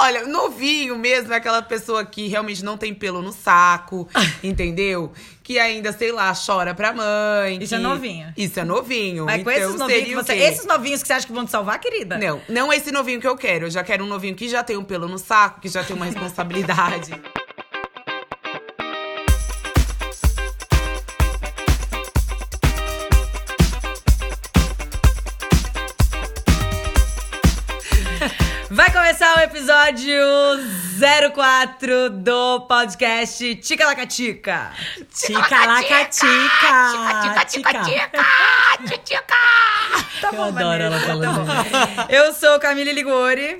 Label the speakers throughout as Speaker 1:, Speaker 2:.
Speaker 1: Olha, novinho mesmo é aquela pessoa que realmente não tem pelo no saco, entendeu? Que ainda, sei lá, chora pra mãe.
Speaker 2: Isso é
Speaker 1: que-
Speaker 2: novinho.
Speaker 1: Isso é novinho.
Speaker 2: Mas com
Speaker 1: Então,
Speaker 2: esses novinhos que
Speaker 1: seria o
Speaker 2: você.
Speaker 1: quê?
Speaker 2: Esses novinhos que você acha que vão te salvar, querida?
Speaker 1: Não, não esse novinho que eu quero. Eu já quero um novinho que já tem um pelo no saco, que já tem uma responsabilidade.
Speaker 2: Vai começar o episódio 04 do podcast Tica Lacatica.
Speaker 3: Tica lacatica!
Speaker 4: Tica, tica, tica, tica.
Speaker 2: Tá
Speaker 3: Eu adoro ela falando.
Speaker 1: Tá
Speaker 2: Eu sou Camille Ligori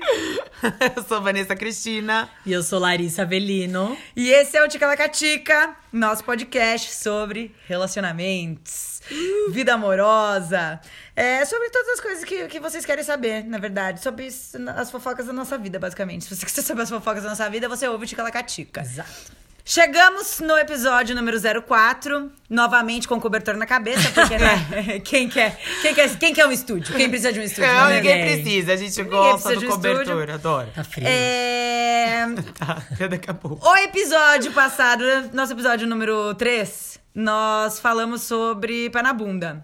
Speaker 1: eu sou Vanessa Cristina.
Speaker 3: E eu sou Larissa Avelino.
Speaker 2: e esse é o Tica Lacatica, nosso podcast sobre relacionamentos,
Speaker 1: Uh.
Speaker 2: vida amorosa, é, sobre todas as coisas que, que vocês querem saber, na verdade, sobre s- as fofocas da nossa vida, basicamente. Se você quiser saber as fofocas da nossa vida, você ouve o Tica Lacatica.
Speaker 3: Exato.
Speaker 2: Chegamos no episódio número 04, novamente com cobertor na cabeça, porque
Speaker 3: É.
Speaker 2: né, quem, quer, quem, quer, quem quer um estúdio? Quem precisa de um estúdio?
Speaker 1: Não,
Speaker 2: né?
Speaker 1: ninguém
Speaker 3: ninguém.
Speaker 1: precisa. A gente gosta
Speaker 2: precisa de
Speaker 1: do
Speaker 2: um
Speaker 1: cobertor.
Speaker 2: estúdio.
Speaker 1: Adoro.
Speaker 3: Tá frio.
Speaker 2: É,
Speaker 1: Tá, até daqui a pouco.
Speaker 2: o episódio passado, nosso episódio número 3, nós falamos sobre pé na bunda.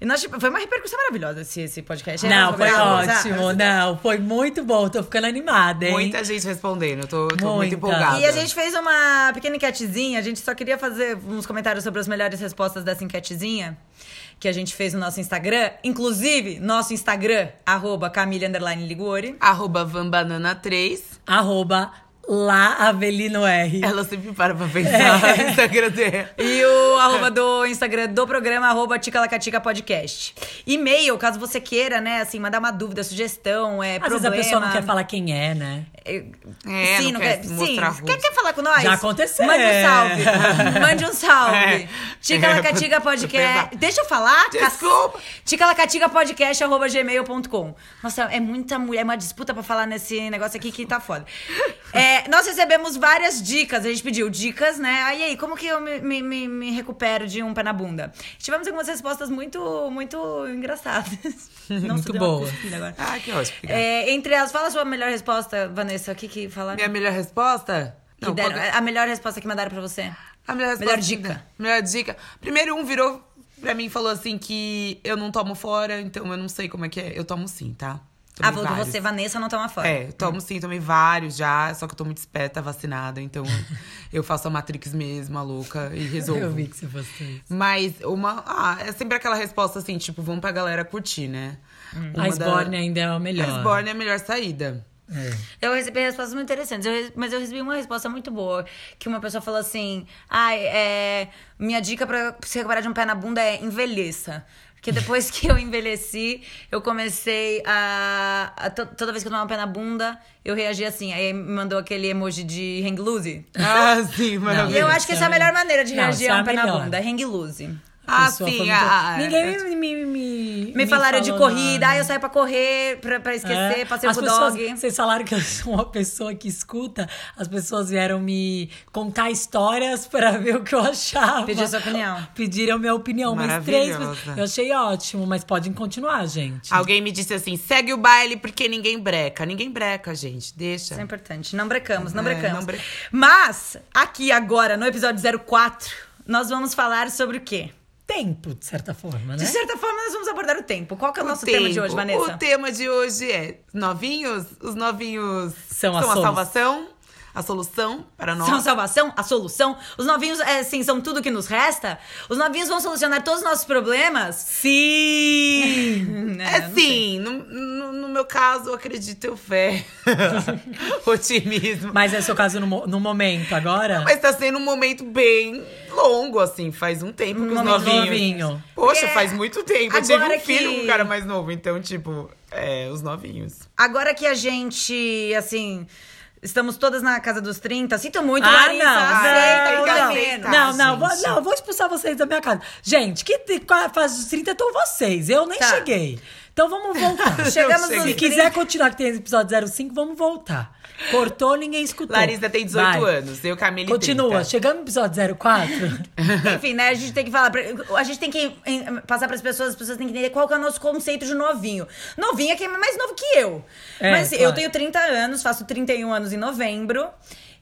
Speaker 2: E nós, tipo, foi uma repercussão maravilhosa esse, esse podcast. É,
Speaker 3: Não,
Speaker 2: nós
Speaker 3: foi
Speaker 2: falamos, ah,
Speaker 3: ótimo. Não, foi muito bom. Tô ficando animada, hein?
Speaker 1: Muita gente respondendo. Eu tô, tô muito
Speaker 3: Muita.
Speaker 1: empolgada.
Speaker 2: E a gente fez uma pequena enquetezinha, a gente só queria fazer uns comentários sobre as melhores respostas dessa enquetezinha que a gente fez no nosso Instagram. Inclusive, nosso Instagram, arroba Camille Underline Liguori.
Speaker 1: Arroba vanbanana3.
Speaker 3: Arroba lá Avelino R.
Speaker 1: Ela sempre para pra pensar.
Speaker 2: É.
Speaker 1: é Instagram dela.
Speaker 2: E o arroba do Instagram do programa, arroba Ticalacatica Podcast. E-mail, caso você queira, né, assim, mandar uma dúvida, sugestão, é,
Speaker 3: Às
Speaker 2: problema.
Speaker 3: vezes a pessoa não quer falar quem é, né?
Speaker 2: É,
Speaker 1: É,
Speaker 2: sim,
Speaker 1: não
Speaker 2: não
Speaker 1: quer
Speaker 2: quer,
Speaker 1: mostrar
Speaker 2: sim.
Speaker 1: rosto.
Speaker 2: Quer, quer falar com nós?
Speaker 3: Já aconteceu.
Speaker 2: Mande um salve. Mande um
Speaker 1: É.
Speaker 2: salve. Tica
Speaker 1: É,
Speaker 2: Lacatiga
Speaker 1: pesado.
Speaker 2: Podcast. Deixa eu falar. cac-
Speaker 1: Desculpa.
Speaker 2: Ticalacatigapodcast, arroba gmail.com. Nossa, é muita mulher, é uma disputa pra falar nesse negócio aqui que tá foda. É, nós recebemos várias dicas, a gente pediu dicas, né? Aí, aí como que eu me, me- me- me recupero de um pé na bunda? Tivemos algumas respostas muito, muito engraçadas.
Speaker 3: Muito
Speaker 2: deu uma
Speaker 3: boa.
Speaker 2: cuspida agora.
Speaker 1: Uhum. Ah, que ótimo. obrigada.
Speaker 2: É, entre elas, fala a sua melhor resposta, Vanessa. O que que falaram?
Speaker 1: Minha melhor resposta?
Speaker 2: É. Que
Speaker 1: Não,
Speaker 2: deram-
Speaker 1: qual-
Speaker 2: A melhor resposta que mandaram pra você.
Speaker 1: A melhor, resposta-
Speaker 2: Melhor dica.
Speaker 1: Melhor dica. Primeiro, um virou pra mim e falou assim que eu não tomo fora, então eu não sei como é que é. Eu tomo sim, tá? Tomei
Speaker 2: ah, falou
Speaker 1: vários.
Speaker 2: que você, Vanessa, não toma fora. Hum.
Speaker 1: É, eu tomo sim, tomei vários já, só que eu tô muito esperta, vacinada, então eu faço a Matrix mesmo, a louca, e resolvo.
Speaker 3: Eu vi que você fosse.
Speaker 1: Mas uma. Ah, é sempre aquela resposta assim, tipo, vamos pra galera curtir, né?
Speaker 2: Hum.
Speaker 1: Uma
Speaker 3: A Sborne ainda é a
Speaker 1: da...
Speaker 3: melhor.
Speaker 1: A Sborne é a melhor saída.
Speaker 3: É.
Speaker 2: Eu recebi respostas muito interessantes, eu re- mas eu recebi uma resposta muito boa. Que uma pessoa falou assim: Ai, é, minha dica pra se recuperar de um pé na bunda é envelheça. Porque depois que eu envelheci, eu comecei a. a to- toda vez que eu tomava um pé na bunda, eu reagia assim. Aí me mandou aquele emoji de hang loose.
Speaker 1: Ah, sim,
Speaker 2: E
Speaker 1: maravilhoso.
Speaker 2: eu acho que essa é a melhor maneira de
Speaker 3: Não,
Speaker 2: reagir
Speaker 3: essa é
Speaker 2: a
Speaker 3: a
Speaker 2: um pé na
Speaker 3: melhor.
Speaker 2: bunda, hang loose.
Speaker 1: Ah, é.
Speaker 3: Pessoa foi
Speaker 1: sim.
Speaker 3: muito-
Speaker 1: a- a-
Speaker 3: Ninguém me. Me,
Speaker 2: Me falaram de
Speaker 3: falou
Speaker 2: corrida,
Speaker 3: nada.
Speaker 2: ah, eu saio pra correr, pra, pra esquecer,
Speaker 3: É.
Speaker 2: passei
Speaker 3: As
Speaker 2: pro
Speaker 3: pessoas-
Speaker 2: dog.
Speaker 3: Vocês falaram que eu sou uma pessoa que escuta, as pessoas vieram me contar histórias para ver o que eu achava.
Speaker 2: Pedir sua opinião.
Speaker 3: Pediram minha opinião, mas três.
Speaker 1: Maravilhosa.
Speaker 3: Eu achei ótimo, mas podem continuar, gente.
Speaker 1: Alguém me disse assim: segue o baile porque ninguém breca. Ninguém breca, gente. Deixa.
Speaker 2: Isso é importante. Não brecamos, não
Speaker 1: É,
Speaker 2: brecamos.
Speaker 1: não bre-
Speaker 2: Mas, aqui agora, no episódio 04, nós vamos falar sobre o quê?
Speaker 3: Tempo, de certa forma, né?
Speaker 2: De certa forma, nós vamos abordar o tempo. Qual que é o, nosso tema de
Speaker 1: tempo.
Speaker 2: hoje, Vanessa?
Speaker 1: O tema de hoje é novinhos. Os novinhos
Speaker 3: São a
Speaker 1: a,
Speaker 3: solu-
Speaker 1: salvação, a solução para nós.
Speaker 2: São a salvação, a solução. Os novinhos, é, sim, são tudo que nos resta. Os novinhos vão solucionar todos os nossos problemas. Né?
Speaker 3: Sim!
Speaker 1: É
Speaker 2: não sei.
Speaker 1: sim, no, no- no meu caso, eu acredito, eu fé. Otimismo. Mas...
Speaker 3: mas é seu caso no, mo- no momento agora?
Speaker 1: tá sendo um momento bem longo, assim. Faz um tempo que os
Speaker 2: momento
Speaker 1: novinhos.
Speaker 3: novinho.
Speaker 1: Poxa,
Speaker 2: É,
Speaker 1: faz muito tempo. Eu tive
Speaker 2: agora
Speaker 1: um filho
Speaker 2: que-
Speaker 1: com um cara mais novo. Então, tipo, é, os novinhos.
Speaker 2: Agora que a gente, assim, estamos todas na casa dos 30, sinto muito,
Speaker 3: Ah,
Speaker 2: Larissa.
Speaker 3: não,
Speaker 2: aceita,
Speaker 1: não,
Speaker 2: pelo
Speaker 1: não.
Speaker 2: menos.
Speaker 1: Tá,
Speaker 3: não, não, vou,
Speaker 1: gente.
Speaker 3: não, vou expulsar vocês da minha casa. Gente, que te- qual é a fase dos 30 estão vocês. Eu nem
Speaker 2: Tá.
Speaker 3: cheguei. Então vamos voltar.
Speaker 2: Chegamos
Speaker 1: cheguei.
Speaker 2: nos
Speaker 3: Se quiser continuar que tem esse episódio 05, vamos voltar. Cortou, ninguém escutou.
Speaker 1: Larissa tem 18
Speaker 3: Vai.
Speaker 1: anos, eu, Camille,
Speaker 3: Continua.
Speaker 1: 30.
Speaker 3: Chegamos no episódio 04.
Speaker 2: Enfim, né? A gente tem que falar. pra- A gente tem que em, passar pras pessoas, as pessoas têm que entender qual que é o nosso conceito de novinho. Novinho é quem é mais novo que eu.
Speaker 3: É,
Speaker 2: Mas assim, eu
Speaker 3: claro.
Speaker 2: tenho 30 anos, faço 31 anos em novembro.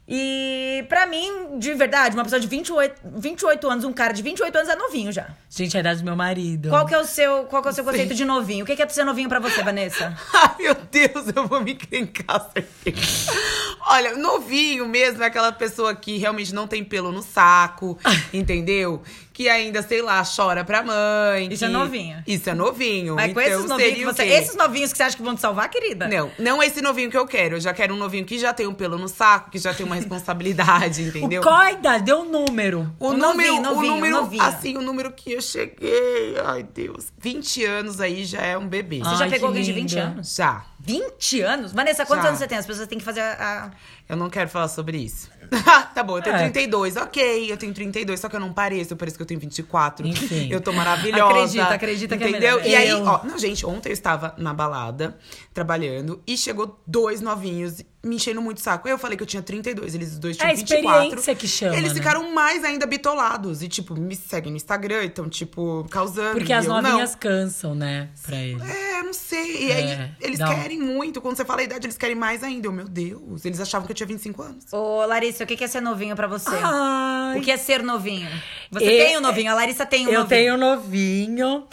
Speaker 2: E pra mim, de verdade, uma pessoa de 28, 28 anos, um cara de 28 anos é novinho já.
Speaker 3: Gente, é a idade do meu marido.
Speaker 2: Qual que é o seu, qual que é o seu conceito de novinho? O que que é ser novinho pra você, Vanessa?
Speaker 1: Ai, meu Deus, eu vou me encrencar, certeza. Olha, novinho mesmo é aquela pessoa que realmente não tem pelo no saco, entendeu? Que ainda, sei lá, chora pra mãe.
Speaker 2: Isso é
Speaker 1: que-
Speaker 2: novinho.
Speaker 1: Isso é novinho.
Speaker 2: Mas com
Speaker 1: então,
Speaker 2: esses novinhos que
Speaker 1: seria o
Speaker 2: você.
Speaker 1: quê?
Speaker 2: Esses novinhos que você acha que vão te salvar, querida?
Speaker 1: Não, não esse novinho que eu quero. Eu já quero um novinho que já tem um pelo no saco, que já tem uma responsabilidade, entendeu?
Speaker 3: O qual a idade? Deu um número.
Speaker 1: é O
Speaker 2: Um
Speaker 1: número,
Speaker 2: novinho, novinho,
Speaker 1: o número,
Speaker 2: novinho.
Speaker 1: assim, o número que eu cheguei. Ai, Deus. 20 anos aí já é um bebê.
Speaker 2: Você já
Speaker 3: Ai,
Speaker 2: pegou
Speaker 3: que
Speaker 2: alguém de
Speaker 3: lindo.
Speaker 2: 20 anos?
Speaker 1: Já.
Speaker 2: 20 anos? Vanessa, quantos
Speaker 1: Já.
Speaker 2: anos você tem? As pessoas têm que fazer a. a-
Speaker 1: Eu não quero falar sobre isso. tá bom, eu tenho
Speaker 3: É.
Speaker 1: 32, ok. Eu tenho 32, só que eu não pareço, eu pareço que eu tenho 24.
Speaker 3: Enfim.
Speaker 1: Eu tô maravilhosa.
Speaker 2: Acredita, acredita que é
Speaker 1: entendeu?
Speaker 2: melhor.
Speaker 1: E aí,
Speaker 3: Eu-
Speaker 1: ó, não, gente, ontem eu estava na balada, trabalhando, e chegou dois novinhos me enchendo muito o saco. Eu falei que eu tinha 32, eles os dois tinham
Speaker 3: É a
Speaker 1: 24.
Speaker 3: experiência que chama,
Speaker 1: Eles
Speaker 3: né?
Speaker 1: ficaram mais ainda bitolados. E, tipo, me seguem no Instagram, então, tipo, causando.
Speaker 3: Porque
Speaker 1: e
Speaker 3: as
Speaker 1: eu, não.
Speaker 3: novinhas cansam, né? Pra eles.
Speaker 1: É, eu não sei. E aí,
Speaker 3: É,
Speaker 1: eles
Speaker 3: dá um-
Speaker 1: querem muito. Quando você fala a idade, eles querem mais ainda. Eu, meu Deus, eles achavam que eu tinha 25 anos.
Speaker 2: Ô, Larissa, o que que é ser novinho pra você?
Speaker 3: Ai,
Speaker 2: O que é ser novinho? Você
Speaker 3: Eu-
Speaker 2: tem um novinho, a Larissa tem um
Speaker 3: eu
Speaker 2: novinho.
Speaker 3: tenho um novinho.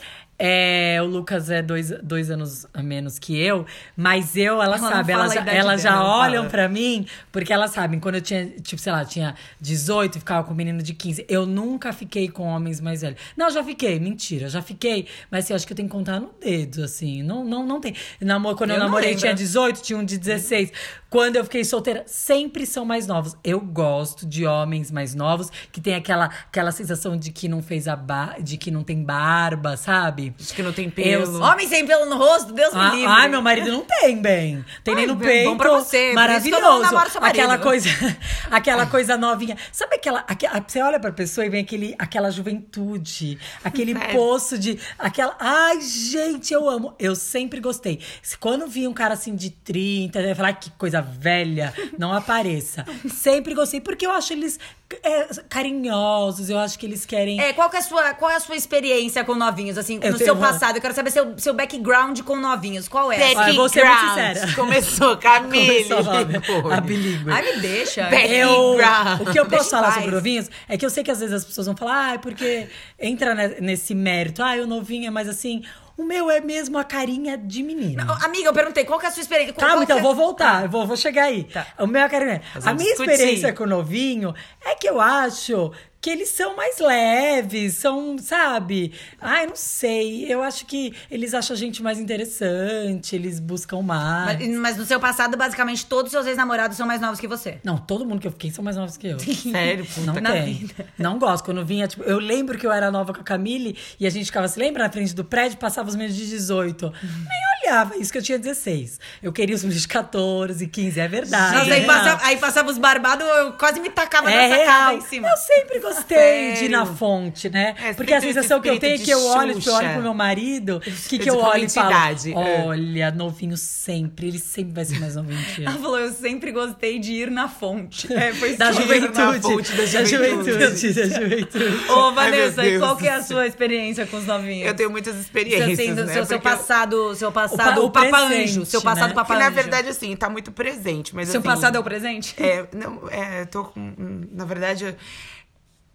Speaker 3: É, o Lucas é dois, dois anos a menos que eu, mas eu, ela,
Speaker 2: Ela não
Speaker 3: sabe,
Speaker 2: fala
Speaker 3: elas
Speaker 2: a
Speaker 3: já,
Speaker 2: idade
Speaker 3: elas já
Speaker 2: dela, não
Speaker 3: olham
Speaker 2: fala.
Speaker 3: pra mim, porque elas sabem, quando eu tinha, tipo, sei lá, tinha 18 e ficava com um menino de 15, eu nunca fiquei com homens mais velhos. Não, já fiquei, mentira, já fiquei, mas assim, acho que eu tenho que contar no dedo, assim, não, não, não tem. Namor, quando eu,
Speaker 2: Eu não
Speaker 3: namorei
Speaker 2: lembro.
Speaker 3: tinha 18, tinha um de 16. Quando eu fiquei solteira, sempre são mais novos. Eu gosto de homens mais novos que tem aquela, aquela sensação de que não fez a ba... de que não tem barba, sabe?
Speaker 1: Acho que não tem pelo.
Speaker 2: Homem sem pelo no rosto, Deus
Speaker 3: Ah,
Speaker 2: me livre.
Speaker 3: ai, meu marido não tem, bem. Tem nem
Speaker 2: Ai,
Speaker 3: no
Speaker 2: bem,
Speaker 3: peito.
Speaker 2: bom pra você, por isso que eu não
Speaker 3: Maravilhoso.
Speaker 2: namoro seu marido.
Speaker 3: Aquela coisa, aquela coisa novinha. Sabe aquela, aque- a- você olha pra pessoa e vem aquele, aquela juventude, aquele
Speaker 1: É.
Speaker 3: poço de, aquela, ai, gente, eu amo. Eu sempre gostei. Se- Quando vi um cara assim de 30, eu ia falar "Ai, que coisa velha, não apareça. sempre gostei porque eu acho eles é, carinhosos, eu acho que eles querem
Speaker 2: É, qual, que é a sua, qual é a sua experiência com novinhos, assim,
Speaker 3: Eu
Speaker 2: no
Speaker 3: tenho
Speaker 2: seu
Speaker 3: uma-
Speaker 2: passado? Eu quero saber seu, seu background com novinhos. Qual é?
Speaker 3: Back- eu vou ser muito sincera.
Speaker 1: Começou, Camille.
Speaker 3: Começou a- a bilíngua.
Speaker 2: Ai, me deixa.
Speaker 1: Back-
Speaker 3: É, Eu,
Speaker 1: Peligra.
Speaker 3: o que
Speaker 2: Deixa
Speaker 3: eu posso
Speaker 2: em
Speaker 3: falar
Speaker 2: paz.
Speaker 3: sobre novinhos é que eu sei que às vezes as pessoas vão falar, ah, porque entra ne- nesse mérito, ah, eu novinha, mas assim, o meu é mesmo a carinha de menina.
Speaker 2: Ô, Amiga, eu perguntei, qual que é a sua experiência? Qual-
Speaker 3: Calma,
Speaker 2: qual
Speaker 3: então,
Speaker 2: que é-
Speaker 3: vou voltar, eu vou, vou chegar aí.
Speaker 2: Tá.
Speaker 3: O meu é a carinha.
Speaker 1: Nós
Speaker 3: A
Speaker 1: vamos
Speaker 3: minha
Speaker 1: discutir.
Speaker 3: experiência com o novinho é que eu acho que eles são mais leves, são, sabe? Ai, não sei. Eu acho que eles acham a gente mais interessante, eles buscam mais.
Speaker 2: Mas, mas no seu passado, basicamente, todos os seus ex-namorados são mais novos que você.
Speaker 3: Não, todo mundo que eu fiquei são mais novos que eu.
Speaker 1: Sério, puta
Speaker 3: Não
Speaker 1: que-
Speaker 3: tem. é. Não gosto. Quando vinha, tipo, eu lembro que eu era nova com a Camille e a gente ficava, se lembra, na frente do prédio, passava os meus de 18.
Speaker 1: Uhum.
Speaker 3: Nem olhava, isso que eu tinha 16. Eu queria os meus de 14, 15, é verdade.
Speaker 2: Nossa,
Speaker 3: é
Speaker 2: aí,
Speaker 3: real.
Speaker 2: passava, aí passava os barbados, eu quase me tacava
Speaker 3: É
Speaker 2: na sacada
Speaker 3: real.
Speaker 2: em cima.
Speaker 3: Eu sempre gostei de ir na
Speaker 1: Sério?
Speaker 3: fonte, né?
Speaker 1: É,
Speaker 3: Porque a
Speaker 1: sempre esse
Speaker 3: sensação que eu
Speaker 1: espírito
Speaker 3: tenho é
Speaker 1: de
Speaker 3: que eu olho, tipo, eu olho
Speaker 1: Xuxa.
Speaker 3: pro meu marido, o que, que eu
Speaker 1: com
Speaker 3: olho e falo?
Speaker 1: identidade, é.
Speaker 3: Olha, novinho sempre, ele sempre vai ser mais novinho que eu.
Speaker 1: Ah,
Speaker 2: Ela falou, eu sempre gostei de ir na fonte.
Speaker 1: É, foi
Speaker 3: Da
Speaker 1: isso. Na fonte
Speaker 3: juventude,
Speaker 1: da
Speaker 3: da
Speaker 1: juventude.
Speaker 3: juventude, da juventude.
Speaker 2: Ô,
Speaker 1: Ai, meu
Speaker 2: Vanessa, e
Speaker 1: Deus
Speaker 2: qual
Speaker 1: do
Speaker 2: que é a sua experiência com os novinhos?
Speaker 1: Eu tenho muitas
Speaker 2: seu,
Speaker 1: experiências,
Speaker 2: assim, do-
Speaker 1: né?
Speaker 2: seu, seu
Speaker 1: Porque eu-
Speaker 2: passado, seu
Speaker 3: pa-
Speaker 2: passado,
Speaker 3: o
Speaker 2: o, Papa
Speaker 3: presente,
Speaker 2: Anjo. Seu passado
Speaker 3: né?
Speaker 2: Papa
Speaker 1: Que, na
Speaker 2: Anjo.
Speaker 1: verdade, assim, tá muito presente. Mas,
Speaker 2: seu
Speaker 1: assim,
Speaker 2: passado é o presente?
Speaker 3: um
Speaker 1: É, não, é, tô com. hum, Na verdade, eu-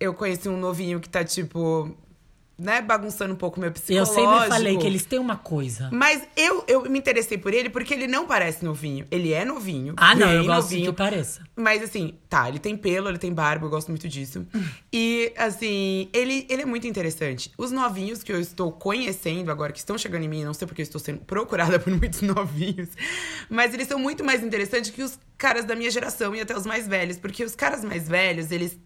Speaker 1: eu conheci um novinho que tá, tipo, né, bagunçando um pouco meu
Speaker 3: Eu
Speaker 1: psicológico.
Speaker 3: sempre falei que eles têm uma coisa.
Speaker 1: Mas eu, eu me interessei por ele porque ele não parece novinho. Ele é novinho.
Speaker 3: Ah, não,
Speaker 1: bem
Speaker 3: eu gosto
Speaker 1: novinho,
Speaker 3: que pareça.
Speaker 1: Mas assim, tá, ele tem pelo, ele tem barba, eu gosto muito disso. E assim, ele, ele é muito interessante. Os novinhos que eu estou conhecendo agora, que estão chegando em mim, não sei porque eu estou sendo procurada por muitos novinhos, mas eles são muito mais interessantes que os caras da minha geração e até os mais velhos. Porque os caras mais velhos, eles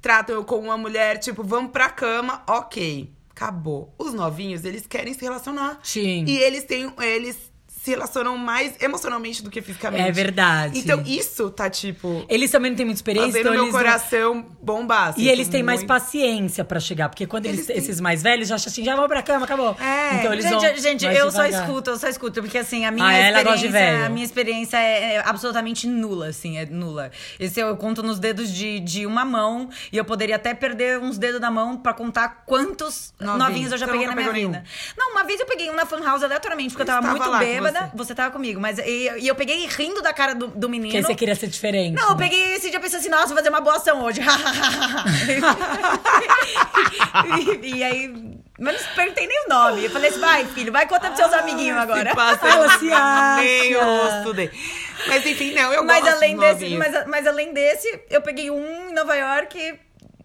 Speaker 1: tratam eu como uma mulher, tipo, vamos pra cama, ok. Acabou. Os novinhos, eles querem se relacionar.
Speaker 3: Sim.
Speaker 1: E eles têm. Eles se relacionam mais emocionalmente do que fisicamente.
Speaker 3: É verdade.
Speaker 1: Então isso tá, tipo,
Speaker 3: Eles também não têm muita experiência,
Speaker 1: fazendo
Speaker 3: então
Speaker 1: meu
Speaker 3: eles não-
Speaker 1: coração bombar. assim,
Speaker 3: E eles
Speaker 1: tô
Speaker 3: têm mais
Speaker 1: muito-
Speaker 3: paciência pra chegar, porque quando eles,
Speaker 1: Eles têm-
Speaker 3: esses mais velhos já acham assim, já vão pra cama, acabou.
Speaker 1: É,
Speaker 3: então eles
Speaker 2: gente,
Speaker 3: vão
Speaker 2: gente,
Speaker 3: mais
Speaker 2: eu só
Speaker 3: devagar.
Speaker 2: escuto, eu só escuto, porque assim, a minha
Speaker 3: Ah, ela gosta de velho.
Speaker 2: experiência, a minha experiência é, é absolutamente nula, assim, é nula. Esse eu conto nos dedos de, de uma mão e eu poderia até perder uns dedos da mão pra contar quantos
Speaker 1: Novinho.
Speaker 2: novinhos, eu já
Speaker 1: Você
Speaker 2: peguei na
Speaker 1: nunca
Speaker 2: minha
Speaker 1: pegou
Speaker 2: vida.
Speaker 1: nenhum?
Speaker 2: Não, uma vez eu peguei um na fan house aleatoriamente, porque
Speaker 1: Eu
Speaker 2: eu tava
Speaker 1: estava
Speaker 2: muito
Speaker 1: lá com
Speaker 2: bêbada, você. tava comigo, mas e, e eu peguei rindo da cara do, do menino.
Speaker 3: Porque você queria ser diferente.
Speaker 2: Não, eu
Speaker 3: né?
Speaker 2: peguei esse dia pensando assim, nossa, vou fazer uma boa ação hoje. e, e aí, mas não perguntei nem o nome. Eu falei assim, vai, filho, vai contar pros seus
Speaker 1: Ah,
Speaker 2: amiguinhos agora.
Speaker 1: Passa
Speaker 3: Ela se
Speaker 1: nem o
Speaker 3: acha.
Speaker 1: rosto dele. Mas enfim, não, eu
Speaker 2: Mas
Speaker 1: gosto
Speaker 2: além,
Speaker 1: de
Speaker 2: desse,
Speaker 1: novinhos.
Speaker 2: mas, a- mas além desse, eu peguei um em Nova York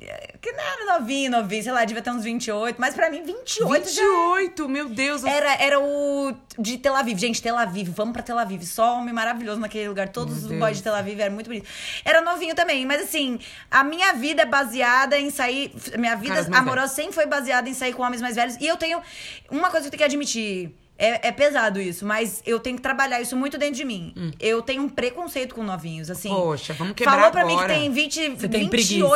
Speaker 2: eh, que não era novinho, novinho, sei lá, devia ter uns 28, mas pra mim 28, já É.
Speaker 1: 28, meu Deus. eu-
Speaker 2: era, era o de Tel Aviv. Gente, Tel Aviv, vamos pra Tel Aviv. Só homem maravilhoso naquele lugar. Todos os
Speaker 1: Deus.
Speaker 2: boys de Tel Aviv eram muito bonitos. Era novinho também, mas assim, a minha vida é baseada em sair. Minha vida
Speaker 1: Caras mais
Speaker 2: amorosa sempre foi baseada em sair com homens mais velhos. E eu tenho. Uma coisa que eu tenho que admitir. É, é pesado isso, mas eu tenho que trabalhar isso muito dentro de mim. Eu tenho um preconceito com novinhos, assim.
Speaker 1: Hum. Poxa, vamos quebrar
Speaker 2: Falou pra mim que
Speaker 1: agora.
Speaker 2: tem 20,
Speaker 3: Você
Speaker 2: 28.
Speaker 3: tem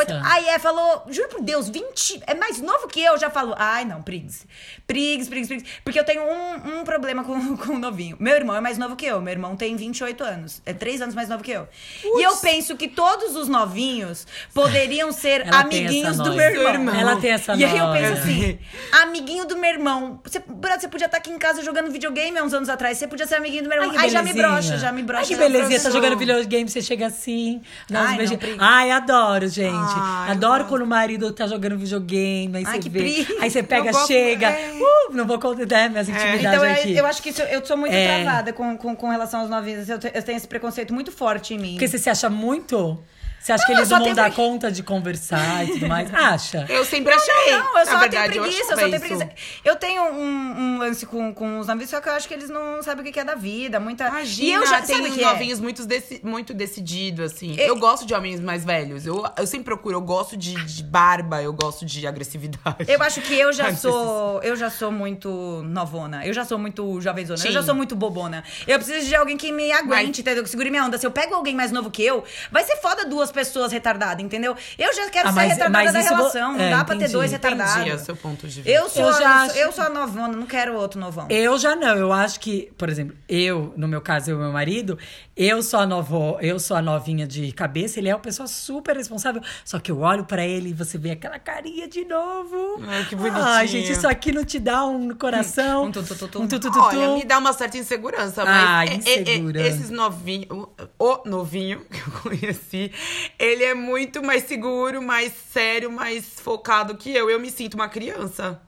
Speaker 3: preguiça.
Speaker 2: Aí é, falou, juro por Deus, 20. É mais novo que eu, já falou. Ai, não, Prigs. Prigs, Prigs, Prigs. Porque eu tenho um, um problema com, com o novinho. Meu irmão é mais novo que eu. Meu irmão tem 28 anos. É 3 anos mais novo que eu. E eu penso que todos os novinhos poderiam ser
Speaker 3: Ela tem
Speaker 2: amiguinhos
Speaker 3: essa
Speaker 2: do meu
Speaker 3: noia.
Speaker 2: irmão.
Speaker 1: Seu irmão.
Speaker 3: Ela tem essa
Speaker 2: E aí eu penso
Speaker 3: noia.
Speaker 2: assim, amiguinho do meu irmão. Você, brother, você podia estar aqui em casa jogando videogame há uns anos atrás. Você podia ser amiguinho do meu irmão.
Speaker 3: que
Speaker 2: Ai, já me
Speaker 3: belezinha.
Speaker 2: brocha, já me brocha.
Speaker 3: Ai, que
Speaker 2: já
Speaker 3: belezinha, tá
Speaker 2: brocha.
Speaker 3: jogando videogame, você chega assim. Dá uns
Speaker 2: Ai, não,
Speaker 3: beijinhos.
Speaker 2: Pri.
Speaker 3: Ai, adoro, gente.
Speaker 1: Ai, eu
Speaker 3: adoro
Speaker 1: gosto.
Speaker 3: quando o marido tá jogando videogame, aí
Speaker 2: Ai,
Speaker 3: você
Speaker 2: que
Speaker 3: vê.
Speaker 2: Pri.
Speaker 3: Aí você pega,
Speaker 1: Eu gosto-
Speaker 3: chega.
Speaker 1: é.
Speaker 3: Uh, não vou contar né, minhas intimidades
Speaker 2: Então, eu-
Speaker 3: aqui.
Speaker 2: eu acho que isso- eu sou muito
Speaker 3: É.
Speaker 2: travada com, com, com relação aos novinhos. Eu, te- eu tenho esse preconceito muito forte em mim.
Speaker 3: Porque você se acha muito? Você acha
Speaker 2: Não,
Speaker 3: que eles
Speaker 2: eu só
Speaker 3: não vão
Speaker 2: tenho
Speaker 3: dar
Speaker 2: pre-
Speaker 3: conta de conversar e tudo mais? Acha?
Speaker 1: Eu sempre achei.
Speaker 2: Não, eu
Speaker 1: Na
Speaker 2: só
Speaker 1: verdade,
Speaker 2: tenho preguiça, eu,
Speaker 1: achava
Speaker 2: só tenho
Speaker 1: é isso.
Speaker 2: preguiça. Eu tenho um, um lance com, com os novinhos, só que eu acho que eles não sabem o que que é da vida. Muita...
Speaker 1: Imagina,
Speaker 2: e eu já
Speaker 1: tem
Speaker 2: sabe o
Speaker 1: uns
Speaker 2: que é?
Speaker 1: novinhos muito, deci muito decidido, assim. Eu gosto de homens mais velhos. Eu, eu sempre procuro, eu gosto de, de barba, eu gosto de agressividade.
Speaker 2: Eu acho que eu
Speaker 1: Ai,
Speaker 2: já
Speaker 1: não
Speaker 2: sou. Eu já sou muito novona. Eu já sou muito jovenzona.
Speaker 1: Sim.
Speaker 2: Eu já sou muito bobona. Eu preciso de alguém que me aguente, entendeu? Que segure minha onda. Se eu pego alguém mais novo que eu, vai ser foda duas pessoas retardadas, entendeu? Eu já quero
Speaker 3: Ah,
Speaker 2: ser
Speaker 3: mas-
Speaker 2: retardada
Speaker 3: mas
Speaker 2: da
Speaker 3: isso vo-
Speaker 2: relação. Não
Speaker 3: é,
Speaker 2: dá pra ter
Speaker 3: entendi.
Speaker 2: dois
Speaker 1: Entendi é o
Speaker 2: retardados.
Speaker 1: seu ponto de vista.
Speaker 2: Eu sou,
Speaker 3: Eu
Speaker 2: eu,
Speaker 3: já
Speaker 2: sou,
Speaker 3: acho-
Speaker 2: eu sou a novona, não quero outro novão.
Speaker 3: Eu já não, eu acho que, por exemplo, eu, no meu caso, eu e meu marido, eu sou a novo, eu sou a novinha de cabeça, ele é uma pessoa super responsável, só que eu olho pra ele e você vê aquela carinha de novo.
Speaker 1: Ai, que bonitinho.
Speaker 3: Ai, gente, isso aqui não te dá um no coração.
Speaker 2: Um tutututu.
Speaker 3: Um tutututu.
Speaker 1: Olha, me dá uma certa insegurança, mas
Speaker 3: Ah,
Speaker 1: e- e-
Speaker 3: insegura.
Speaker 1: e- esses novinhos, o- o novinho que eu conheci, ele é muito mais seguro, mais sério, mais focado que eu. Eu me sinto uma criança.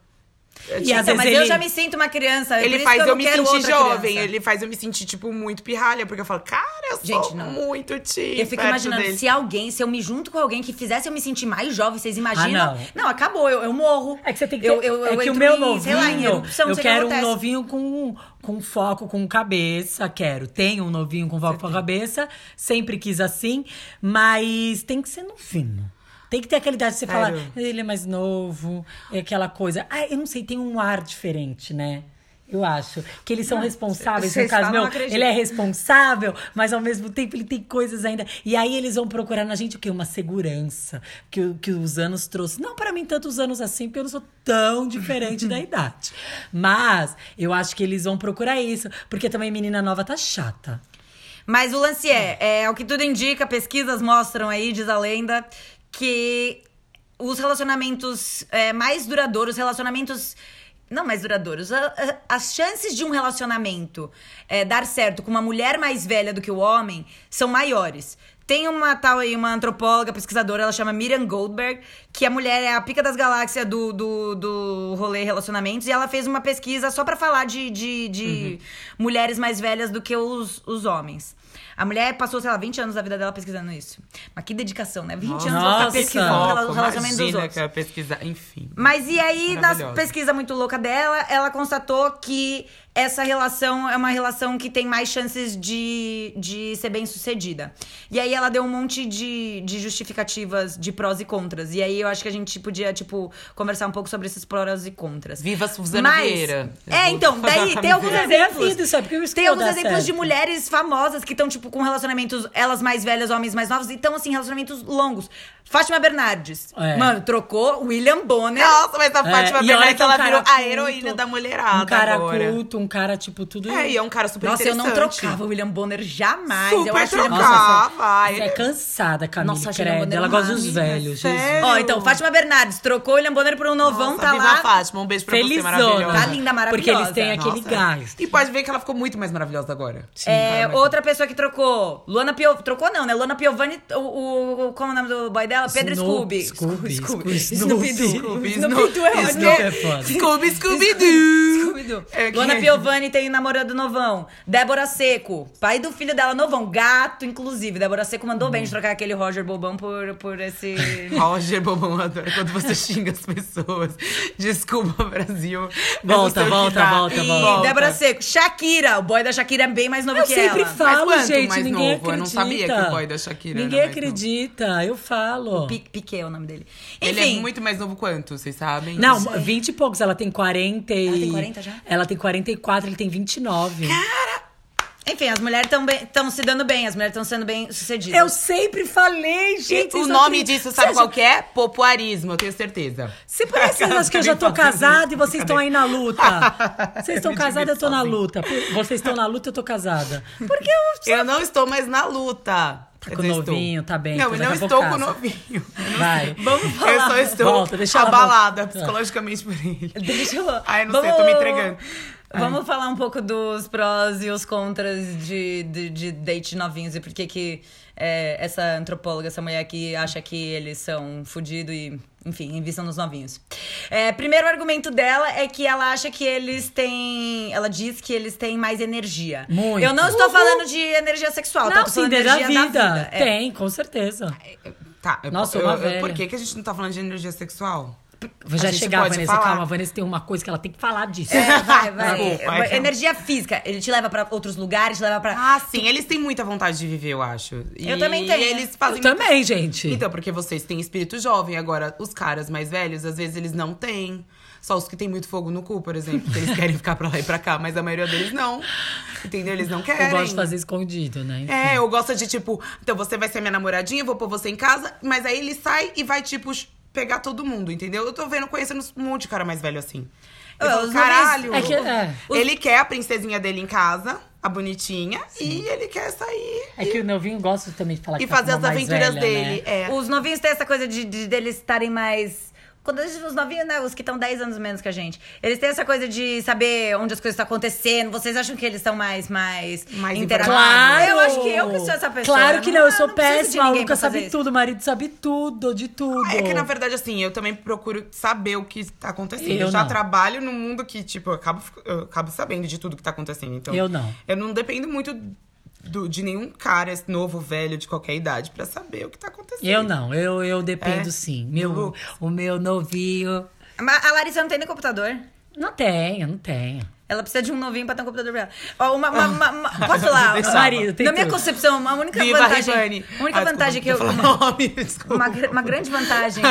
Speaker 1: É,
Speaker 3: E
Speaker 1: tipo,
Speaker 3: às
Speaker 2: Então, mas
Speaker 3: vezes
Speaker 2: eu
Speaker 3: ele-
Speaker 2: já me sinto uma criança. É por
Speaker 1: ele
Speaker 2: isso
Speaker 1: faz
Speaker 2: que
Speaker 1: eu,
Speaker 2: eu, não
Speaker 1: me
Speaker 2: quero
Speaker 1: sentir
Speaker 2: outra
Speaker 1: jovem,
Speaker 2: criança.
Speaker 1: ele faz eu me sentir, tipo, muito pirralha, porque eu falo, cara, eu sou
Speaker 2: Gente, não.
Speaker 1: muito tio.
Speaker 2: Eu fico
Speaker 1: perto
Speaker 2: imaginando,
Speaker 1: dele.
Speaker 2: se alguém, se eu me junto com alguém que fizesse eu me sentir mais jovem, vocês imaginam?
Speaker 3: Ah,
Speaker 2: não. acabou, eu, eu morro.
Speaker 3: É que você tem que ter,
Speaker 2: eu, eu,
Speaker 3: é
Speaker 2: eu
Speaker 3: que o
Speaker 2: entro
Speaker 3: meu
Speaker 2: em,
Speaker 3: novinho,
Speaker 2: sei lá, em erupção, sei
Speaker 3: eu
Speaker 2: o que
Speaker 3: quero um
Speaker 2: acontece.
Speaker 3: novinho com, com foco, com cabeça, quero. Tenho um novinho com foco, com cabeça, sempre quis assim, mas tem que ser novinho. Tem que ter aquela idade de você falar,
Speaker 1: Sério?
Speaker 3: ele é mais novo, é aquela coisa. Ah, eu não sei, tem um ar diferente, né? Eu acho que eles são
Speaker 2: Ah,
Speaker 3: responsáveis. No
Speaker 2: vocês
Speaker 3: caso
Speaker 2: falam,
Speaker 3: meu,
Speaker 2: eu acredito.
Speaker 3: ele é responsável, mas ao mesmo tempo ele tem coisas ainda. E aí eles vão procurar na gente o quê? Uma segurança que, o- que os anos trouxe. Não para mim tantos anos assim, porque eu não sou tão diferente da idade. Mas eu acho que eles vão procurar isso, porque também menina nova tá chata.
Speaker 2: Mas o lance é, é, o que tudo indica, pesquisas mostram aí, diz a lenda, que os relacionamentos é, mais duradouros, relacionamentos. Não mais duradouros. a- a- As chances de um relacionamento é, dar certo com uma mulher mais velha do que o homem são maiores. Tem uma tal aí, uma antropóloga, pesquisadora, ela chama Miriam Goldberg, que a mulher é a pica das galáxias do, do, do rolê relacionamentos, e ela fez uma pesquisa só pra falar de, de,
Speaker 1: Uhum.
Speaker 2: de mulheres mais velhas do que os, os homens. A mulher passou, sei lá, 20 anos da vida dela pesquisando isso. Mas que dedicação, né? 20 anos ela
Speaker 3: Nossa,
Speaker 2: tá pesquisando
Speaker 3: que
Speaker 2: o
Speaker 1: Foco,
Speaker 2: rela- relacionamento dos
Speaker 1: imagina
Speaker 2: outros.
Speaker 1: que eu ia pesquisar, enfim.
Speaker 2: Mas e aí, na
Speaker 1: Maravilhosa.
Speaker 2: pesquisa muito louca dela, ela constatou que essa relação é uma relação que tem mais chances de, de ser bem sucedida. E aí ela deu um monte de, de justificativas de prós e contras. E aí eu acho que a gente podia, tipo, conversar um pouco sobre esses prós e contras.
Speaker 5: Viva Suzana
Speaker 2: Mas-
Speaker 5: Vieira. Eu
Speaker 2: É,
Speaker 5: vou
Speaker 2: então,
Speaker 5: fazer
Speaker 2: daí
Speaker 5: uma
Speaker 2: tem alguns
Speaker 5: camiseta.
Speaker 2: exemplos.
Speaker 3: Devido, sabe? Porque é isso que
Speaker 2: Tem
Speaker 3: não
Speaker 2: alguns
Speaker 3: dá
Speaker 2: exemplos de
Speaker 3: certo.
Speaker 2: mulheres famosas que estão, tipo, com relacionamentos, elas mais velhas, homens mais novos, e estão, assim, relacionamentos longos. Fátima Bernardes.
Speaker 3: É.
Speaker 2: Mano, trocou William Bonner.
Speaker 1: Nossa, mas a Fátima
Speaker 3: e
Speaker 1: Bernardes,
Speaker 3: olha que é um
Speaker 1: ela
Speaker 3: cara
Speaker 1: virou a
Speaker 3: culto,
Speaker 1: heroína da mulherada
Speaker 3: Um cara
Speaker 1: agora.
Speaker 3: culto, um cara, tipo, tudo.
Speaker 1: É, e é um cara super
Speaker 2: Nossa, eu não
Speaker 1: interessante.
Speaker 2: trocava o William Bonner jamais. eu
Speaker 1: Super
Speaker 2: acho assim, William
Speaker 3: Nossa,
Speaker 2: Bonner.
Speaker 1: trocava.
Speaker 3: Você é
Speaker 1: vai. É
Speaker 3: cansada, Camila,
Speaker 2: Nossa, achei
Speaker 3: credo.
Speaker 2: uma
Speaker 3: Ela gosta dos
Speaker 2: amiga,
Speaker 3: velhos.
Speaker 1: né?
Speaker 3: Jesus.
Speaker 1: sério.
Speaker 2: Ó, então, Fátima Bernardes trocou o William Bonner por um novão,
Speaker 5: Nossa,
Speaker 2: tá
Speaker 5: Viva
Speaker 2: lá.
Speaker 5: Fátima, um beijo pra você, maravilhosa.
Speaker 2: Tá linda, maravilhosa.
Speaker 3: Porque eles têm aquele
Speaker 1: Nossa.
Speaker 3: gás.
Speaker 1: E pode ver que ela ficou muito mais maravilhosa agora.
Speaker 2: É, outra pessoa que trocou. Luana Piovani. Trocou não, né? Luana Piovani, o, o, o- Como é o nome do boy dela? Pedro Scooby.
Speaker 3: Snoop, Scooby, Scooby,
Speaker 2: Snoopy Doo.
Speaker 3: Snoopy.
Speaker 2: Snoopy Doo é ótimo.
Speaker 3: Snoopy é foda.
Speaker 1: Scooby, Scooby Doo!
Speaker 2: Scooby-Doo.
Speaker 1: É, que-
Speaker 2: Luana Piovani tem namorado novão. Débora Seco, pai do filho dela, novão. Gato, inclusive. Débora Seco mandou
Speaker 3: Hum.
Speaker 2: bem de trocar aquele Roger Bobão por, por esse.
Speaker 1: Roger Bobão adora quando você xinga as pessoas. Desculpa, Brasil. Eu não
Speaker 3: Volta,
Speaker 1: sei o que tá.
Speaker 3: volta,
Speaker 1: dá.
Speaker 3: volta,
Speaker 2: e
Speaker 3: volta.
Speaker 2: Débora Seco. Shakira, o boy da Shakira é bem mais novo
Speaker 3: Eu
Speaker 2: que
Speaker 3: sempre
Speaker 2: ela.
Speaker 1: Mas
Speaker 3: falo,
Speaker 1: quanto
Speaker 3: gente,
Speaker 1: mais
Speaker 3: ninguém
Speaker 1: novo?
Speaker 3: acredita.
Speaker 1: Eu não sabia que o boy da Shakira era
Speaker 3: Ninguém
Speaker 1: mais
Speaker 3: acredita, eu falo.
Speaker 2: Pi- Piquet é o nome dele. Enfim,
Speaker 1: Ele é muito mais novo quanto, vocês sabem?
Speaker 3: Não, 20 e poucos, ela tem 40 e...
Speaker 2: Ela tem 40 já?
Speaker 3: Ela tem 44, ele tem 29.
Speaker 2: enfim, as mulheres estão se dando bem, as mulheres estão sendo bem sucedidas.
Speaker 3: Eu sempre falei, gente.
Speaker 1: o
Speaker 3: vocês não
Speaker 1: nome
Speaker 3: acreditam.
Speaker 1: disso sabe
Speaker 3: Vocês-
Speaker 1: qual que é? Popuarismo, eu tenho certeza.
Speaker 3: Se por
Speaker 2: É,
Speaker 3: isso vocês acham que eu já tô
Speaker 1: Brincadeira.
Speaker 3: casada e vocês estão aí na luta. Vocês
Speaker 1: Eu
Speaker 3: estão
Speaker 1: me
Speaker 3: casados, eu tô na
Speaker 1: divirto
Speaker 3: luta. Vocês estão na luta, eu tô casada. Porque eu
Speaker 1: Eu não estou mais na luta. Tá
Speaker 3: com novinho, tá bem,
Speaker 1: Não,
Speaker 3: então
Speaker 1: eu
Speaker 3: daqui
Speaker 1: não
Speaker 3: a
Speaker 1: estou
Speaker 3: pouco
Speaker 1: com
Speaker 3: casa.
Speaker 1: novinho.
Speaker 3: Vai.
Speaker 1: Vamos falar. Eu Ah. só estou
Speaker 3: Volta, deixa ela
Speaker 1: abalada
Speaker 3: voltar.
Speaker 1: psicologicamente por ele.
Speaker 2: Deixa eu.
Speaker 1: Ai, não sei, tô me entregando.
Speaker 2: Vamos falar um pouco dos prós e os contras de, de, de date novinhos e por que que é, essa antropóloga, essa mulher aqui, acha que eles são fudidos e, enfim, invistam nos novinhos. É, primeiro argumento dela é que ela acha que eles têm. Ela diz que eles têm mais energia.
Speaker 3: Muito.
Speaker 2: Eu não estou falando de energia sexual, tá? Eu
Speaker 3: Não,
Speaker 2: tô
Speaker 3: sim,
Speaker 2: falando
Speaker 3: desde a
Speaker 2: energia
Speaker 3: vida.
Speaker 2: da vida. é.
Speaker 3: Tem, com certeza.
Speaker 1: Tá, eu-
Speaker 3: Nossa,
Speaker 1: eu-
Speaker 3: uma
Speaker 1: eu-
Speaker 3: velha.
Speaker 1: Por que, que a gente não tá falando de energia sexual?
Speaker 3: Já
Speaker 1: gente
Speaker 3: chegar,
Speaker 1: pode
Speaker 3: Vanessa,
Speaker 1: falar.
Speaker 3: calma. A Vanessa tem uma coisa que ela tem que falar disso.
Speaker 2: É, vai, vai.
Speaker 1: Desculpa, é que-
Speaker 2: energia física. Ele te leva pra outros lugares, te leva pra.
Speaker 1: Ah, sim, eles têm muita vontade de viver, eu acho. E
Speaker 2: Eu também tenho.
Speaker 1: eles fazem
Speaker 3: Eu
Speaker 1: muita-
Speaker 3: também, gente.
Speaker 1: Então, porque vocês têm espírito jovem. Agora, os caras mais velhos, às vezes eles não têm. Só os que têm muito fogo no cu, por exemplo. Que eles querem ficar pra lá e pra cá, mas a maioria deles não. Entendeu? Eles não querem.
Speaker 3: eu gosto de fazer escondido, né?
Speaker 1: É, eu gosto de tipo, então você vai ser minha namoradinha, eu vou pôr você em casa, mas aí ele sai e vai, tipo, ch- pegar todo mundo, entendeu? Eu tô vendo, conhecendo um monte de cara mais velho assim. Eu
Speaker 2: É,
Speaker 1: falo,
Speaker 2: os
Speaker 1: caralho!
Speaker 3: novinhos- Ah, é que- é.
Speaker 1: Ele quer a princesinha dele em casa, a bonitinha, e ele quer sair
Speaker 3: É que o novinho gosta também de falar que
Speaker 1: e
Speaker 3: tá
Speaker 1: fazer
Speaker 3: com
Speaker 1: as
Speaker 3: uma mais
Speaker 1: aventuras
Speaker 3: velha,
Speaker 1: dele.
Speaker 3: né?
Speaker 1: É.
Speaker 2: Os novinhos têm essa coisa de, de- deles estarem mais. Quando eles- os novinhos, né? Os que estão 10 anos menos que a gente. Eles têm essa coisa de saber onde as coisas estão acontecendo. Vocês acham que eles são mais, mais,
Speaker 1: Mais
Speaker 2: interativos?
Speaker 1: informados.
Speaker 2: Eu acho que eu que sou essa pessoa.
Speaker 3: Claro que né? Ah, não, eu sou
Speaker 2: preciso de
Speaker 3: péssima. O
Speaker 2: ninguém pra
Speaker 3: Lucas
Speaker 2: fazer
Speaker 3: sabe
Speaker 2: isso.
Speaker 3: tudo, o marido sabe tudo, de tudo.
Speaker 1: É que, na verdade, assim, eu também procuro saber o que tá acontecendo. Eu,
Speaker 3: Eu
Speaker 1: já
Speaker 3: não.
Speaker 1: trabalho num mundo que, tipo, eu acabo, fi- eu acabo sabendo de tudo que tá acontecendo. Então,
Speaker 3: Eu não.
Speaker 1: Eu não dependo muito do- de nenhum cara novo, velho, de qualquer idade, pra saber o que tá acontecendo.
Speaker 3: Eu não, eu, eu dependo
Speaker 1: É?
Speaker 3: sim. Meu,
Speaker 1: Lu?
Speaker 3: o meu novinho.
Speaker 2: Mas a Larissa não tem nem computador.
Speaker 3: Não tenho, não tenho.
Speaker 2: Ela precisa de um novinho pra ter um computador pra ela. Ó, Uma, uma, uma, uma- posso falar?
Speaker 3: Deixava. Ah. Marido, tem
Speaker 2: Na minha
Speaker 3: tudo.
Speaker 2: concepção, a única
Speaker 1: Viva
Speaker 2: vantagem.
Speaker 1: Ribani!
Speaker 2: A única
Speaker 1: Ah,
Speaker 2: vantagem que eu.
Speaker 1: desculpa, vou falar nome, desculpa.
Speaker 2: Uma, gr- uma grande vantagem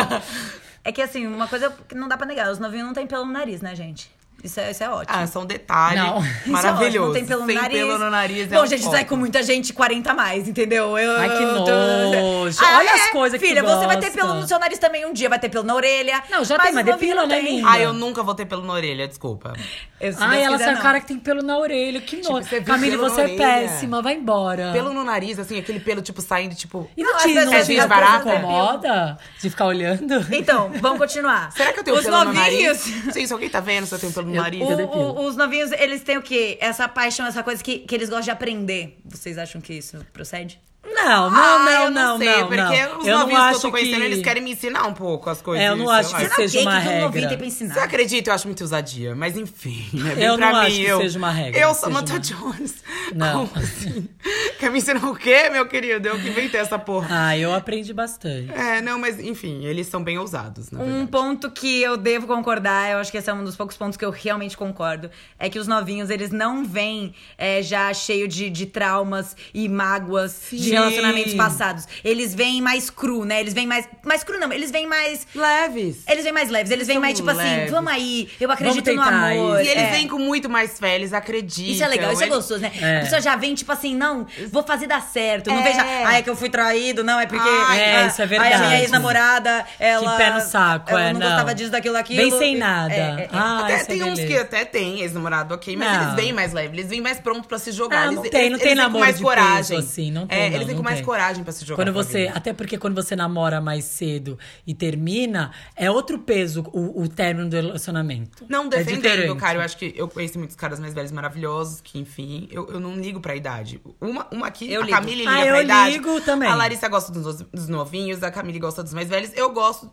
Speaker 2: é que, assim, uma coisa que não dá pra negar: os novinhos não têm pelo no nariz, né, gente? Isso é, isso é ótimo.
Speaker 1: Ah, são detalhes.
Speaker 3: Não. Isso
Speaker 2: Isso
Speaker 3: é
Speaker 2: é ótimo,
Speaker 1: Maravilhoso.
Speaker 2: não tem pelo no
Speaker 1: Sem
Speaker 2: nariz.
Speaker 1: pelo no nariz é
Speaker 2: Bom,
Speaker 1: um
Speaker 2: gente, sai
Speaker 1: foco.
Speaker 2: com muita gente 40 a mais, entendeu? Eu,
Speaker 3: Ai, que
Speaker 2: eu
Speaker 3: nojo. Olha as coisas que tu
Speaker 2: Filha, você vai ter
Speaker 3: gosta.
Speaker 2: pelo no seu nariz também um dia, vai ter pelo na orelha.
Speaker 3: Não, já tem, mas
Speaker 2: o novinho
Speaker 3: depila,
Speaker 2: não
Speaker 3: né,
Speaker 2: tem.
Speaker 3: menina?
Speaker 1: Ah, eu nunca vou ter pelo na orelha, desculpa.
Speaker 2: Eu, se Deus
Speaker 3: Ai, ela
Speaker 2: quiser,
Speaker 3: essa
Speaker 2: não.
Speaker 3: cara que tem pelo na orelha. Que nojo.
Speaker 1: Tipo, você viu
Speaker 3: Camille,
Speaker 1: pelo na
Speaker 3: você é
Speaker 1: orelha.
Speaker 3: péssima, vai embora.
Speaker 1: Pelo no nariz, assim, aquele pelo, tipo, saindo, tipo.
Speaker 3: E
Speaker 2: Não,
Speaker 3: não,
Speaker 2: às
Speaker 3: te,
Speaker 2: vezes
Speaker 3: não
Speaker 1: é
Speaker 3: te
Speaker 1: meio barato, é
Speaker 3: incomoda de ficar olhando?
Speaker 2: Então, vamos continuar.
Speaker 1: Será que eu tenho
Speaker 2: Os
Speaker 1: pelo no nariz?
Speaker 2: novinhos.
Speaker 1: Sim, se alguém tá vendo se eu tenho pelo no
Speaker 3: Eu-
Speaker 1: nariz.
Speaker 2: O-
Speaker 3: Eu depilo.
Speaker 2: o- os novinhos, eles têm o quê? Essa paixão, essa coisa que, que eles gostam de aprender. Vocês acham que isso procede?
Speaker 3: Não, não,
Speaker 1: Ah,
Speaker 3: não,
Speaker 1: eu
Speaker 3: não,
Speaker 1: sei,
Speaker 3: não,
Speaker 1: porque
Speaker 3: não.
Speaker 1: os
Speaker 3: eu não
Speaker 1: novinhos que eu
Speaker 3: acho
Speaker 1: tô conhecendo, eles querem me ensinar um pouco as coisas.
Speaker 3: É, eu não
Speaker 1: sei
Speaker 3: acho
Speaker 1: lá.
Speaker 3: que
Speaker 2: Será
Speaker 3: seja
Speaker 2: que
Speaker 3: uma
Speaker 2: que um novinho
Speaker 3: regra.
Speaker 2: tem pra ensinar?
Speaker 1: Você acredita? Eu acho muito ousadia, mas enfim, né? Vem
Speaker 3: Eu
Speaker 1: pra
Speaker 3: não
Speaker 1: mim,
Speaker 3: acho que
Speaker 1: eu,
Speaker 3: seja uma regra,
Speaker 1: Eu
Speaker 3: que
Speaker 1: sou
Speaker 3: seja
Speaker 1: Mata
Speaker 3: uma-
Speaker 1: Jones.
Speaker 3: Não.
Speaker 1: Como assim? Quer me ensinar o quê, meu querido? Eu que inventei essa porra.
Speaker 3: Ah, eu aprendi bastante.
Speaker 1: É, não, mas enfim, eles são bem ousados,
Speaker 3: Hum,
Speaker 1: na
Speaker 2: Um
Speaker 1: É verdade.
Speaker 2: ponto que eu devo concordar, eu acho que esse é um dos poucos pontos que eu realmente concordo, é que os novinhos, eles não vêm é, já cheio de, de traumas e mágoas de relacionamentos passados. Eles vêm mais cru, né? Eles vêm mais. Mais cru não, eles vêm mais.
Speaker 1: Leves.
Speaker 2: Eles vêm mais leves, eles vêm
Speaker 1: são
Speaker 2: mais tipo
Speaker 1: leves.
Speaker 2: assim, vamos aí, eu acredito no
Speaker 3: tentar
Speaker 2: amor.
Speaker 1: E eles
Speaker 2: é.
Speaker 1: vêm com muito mais fé, eles acreditam.
Speaker 2: Isso é legal, isso é
Speaker 1: eles-
Speaker 2: gostoso, né? A
Speaker 3: É.
Speaker 2: pessoa já vem, tipo assim, não, vou fazer dar certo. Não
Speaker 1: É.
Speaker 2: veja, ah, é que eu fui traído, não, é porque.
Speaker 1: Ai,
Speaker 2: ah,
Speaker 3: é, isso é
Speaker 2: Aí a
Speaker 3: verdade.
Speaker 2: minha ex-namorada, ela.
Speaker 3: Que pé no saco,
Speaker 2: ela
Speaker 3: é,
Speaker 2: não
Speaker 3: não.
Speaker 2: gostava disso, daquilo, daquilo.
Speaker 3: Vem sem nada.
Speaker 2: É, é, é.
Speaker 3: Ah,
Speaker 1: Até
Speaker 3: isso
Speaker 1: tem
Speaker 3: é
Speaker 1: uns que
Speaker 3: beleza.
Speaker 1: até tem ex-namorado, ok, mas
Speaker 3: Não.
Speaker 1: eles vêm mais leve, eles vêm mais pronto pra se jogar.
Speaker 3: Ah,
Speaker 1: eles,
Speaker 3: não tem, não
Speaker 1: eles-
Speaker 3: tem
Speaker 1: eles vêm com
Speaker 3: namoro
Speaker 1: mais
Speaker 3: de peso,
Speaker 1: coragem.
Speaker 3: assim, não tem,
Speaker 1: É,
Speaker 3: não,
Speaker 1: eles vêm
Speaker 3: não
Speaker 1: com mais
Speaker 3: tem.
Speaker 1: coragem pra se jogar.
Speaker 3: Quando
Speaker 1: com a
Speaker 3: você,
Speaker 1: vida.
Speaker 3: até porque quando você namora mais cedo e termina, é outro peso o, o término do relacionamento.
Speaker 1: Não
Speaker 3: É
Speaker 1: defendendo,
Speaker 3: diferente.
Speaker 1: cara. Eu acho que eu conheci muitos caras mais velhos maravilhosos, que enfim, eu, eu não ligo pra idade. Uma, uma aqui,
Speaker 2: Eu
Speaker 1: a
Speaker 2: ligo.
Speaker 1: Camille liga
Speaker 3: Ah,
Speaker 1: pra
Speaker 3: eu
Speaker 1: idade.
Speaker 3: ligo também.
Speaker 1: A Larissa gosta dos, no- dos novinhos, a Camille gosta dos mais velhos. Eu gosto.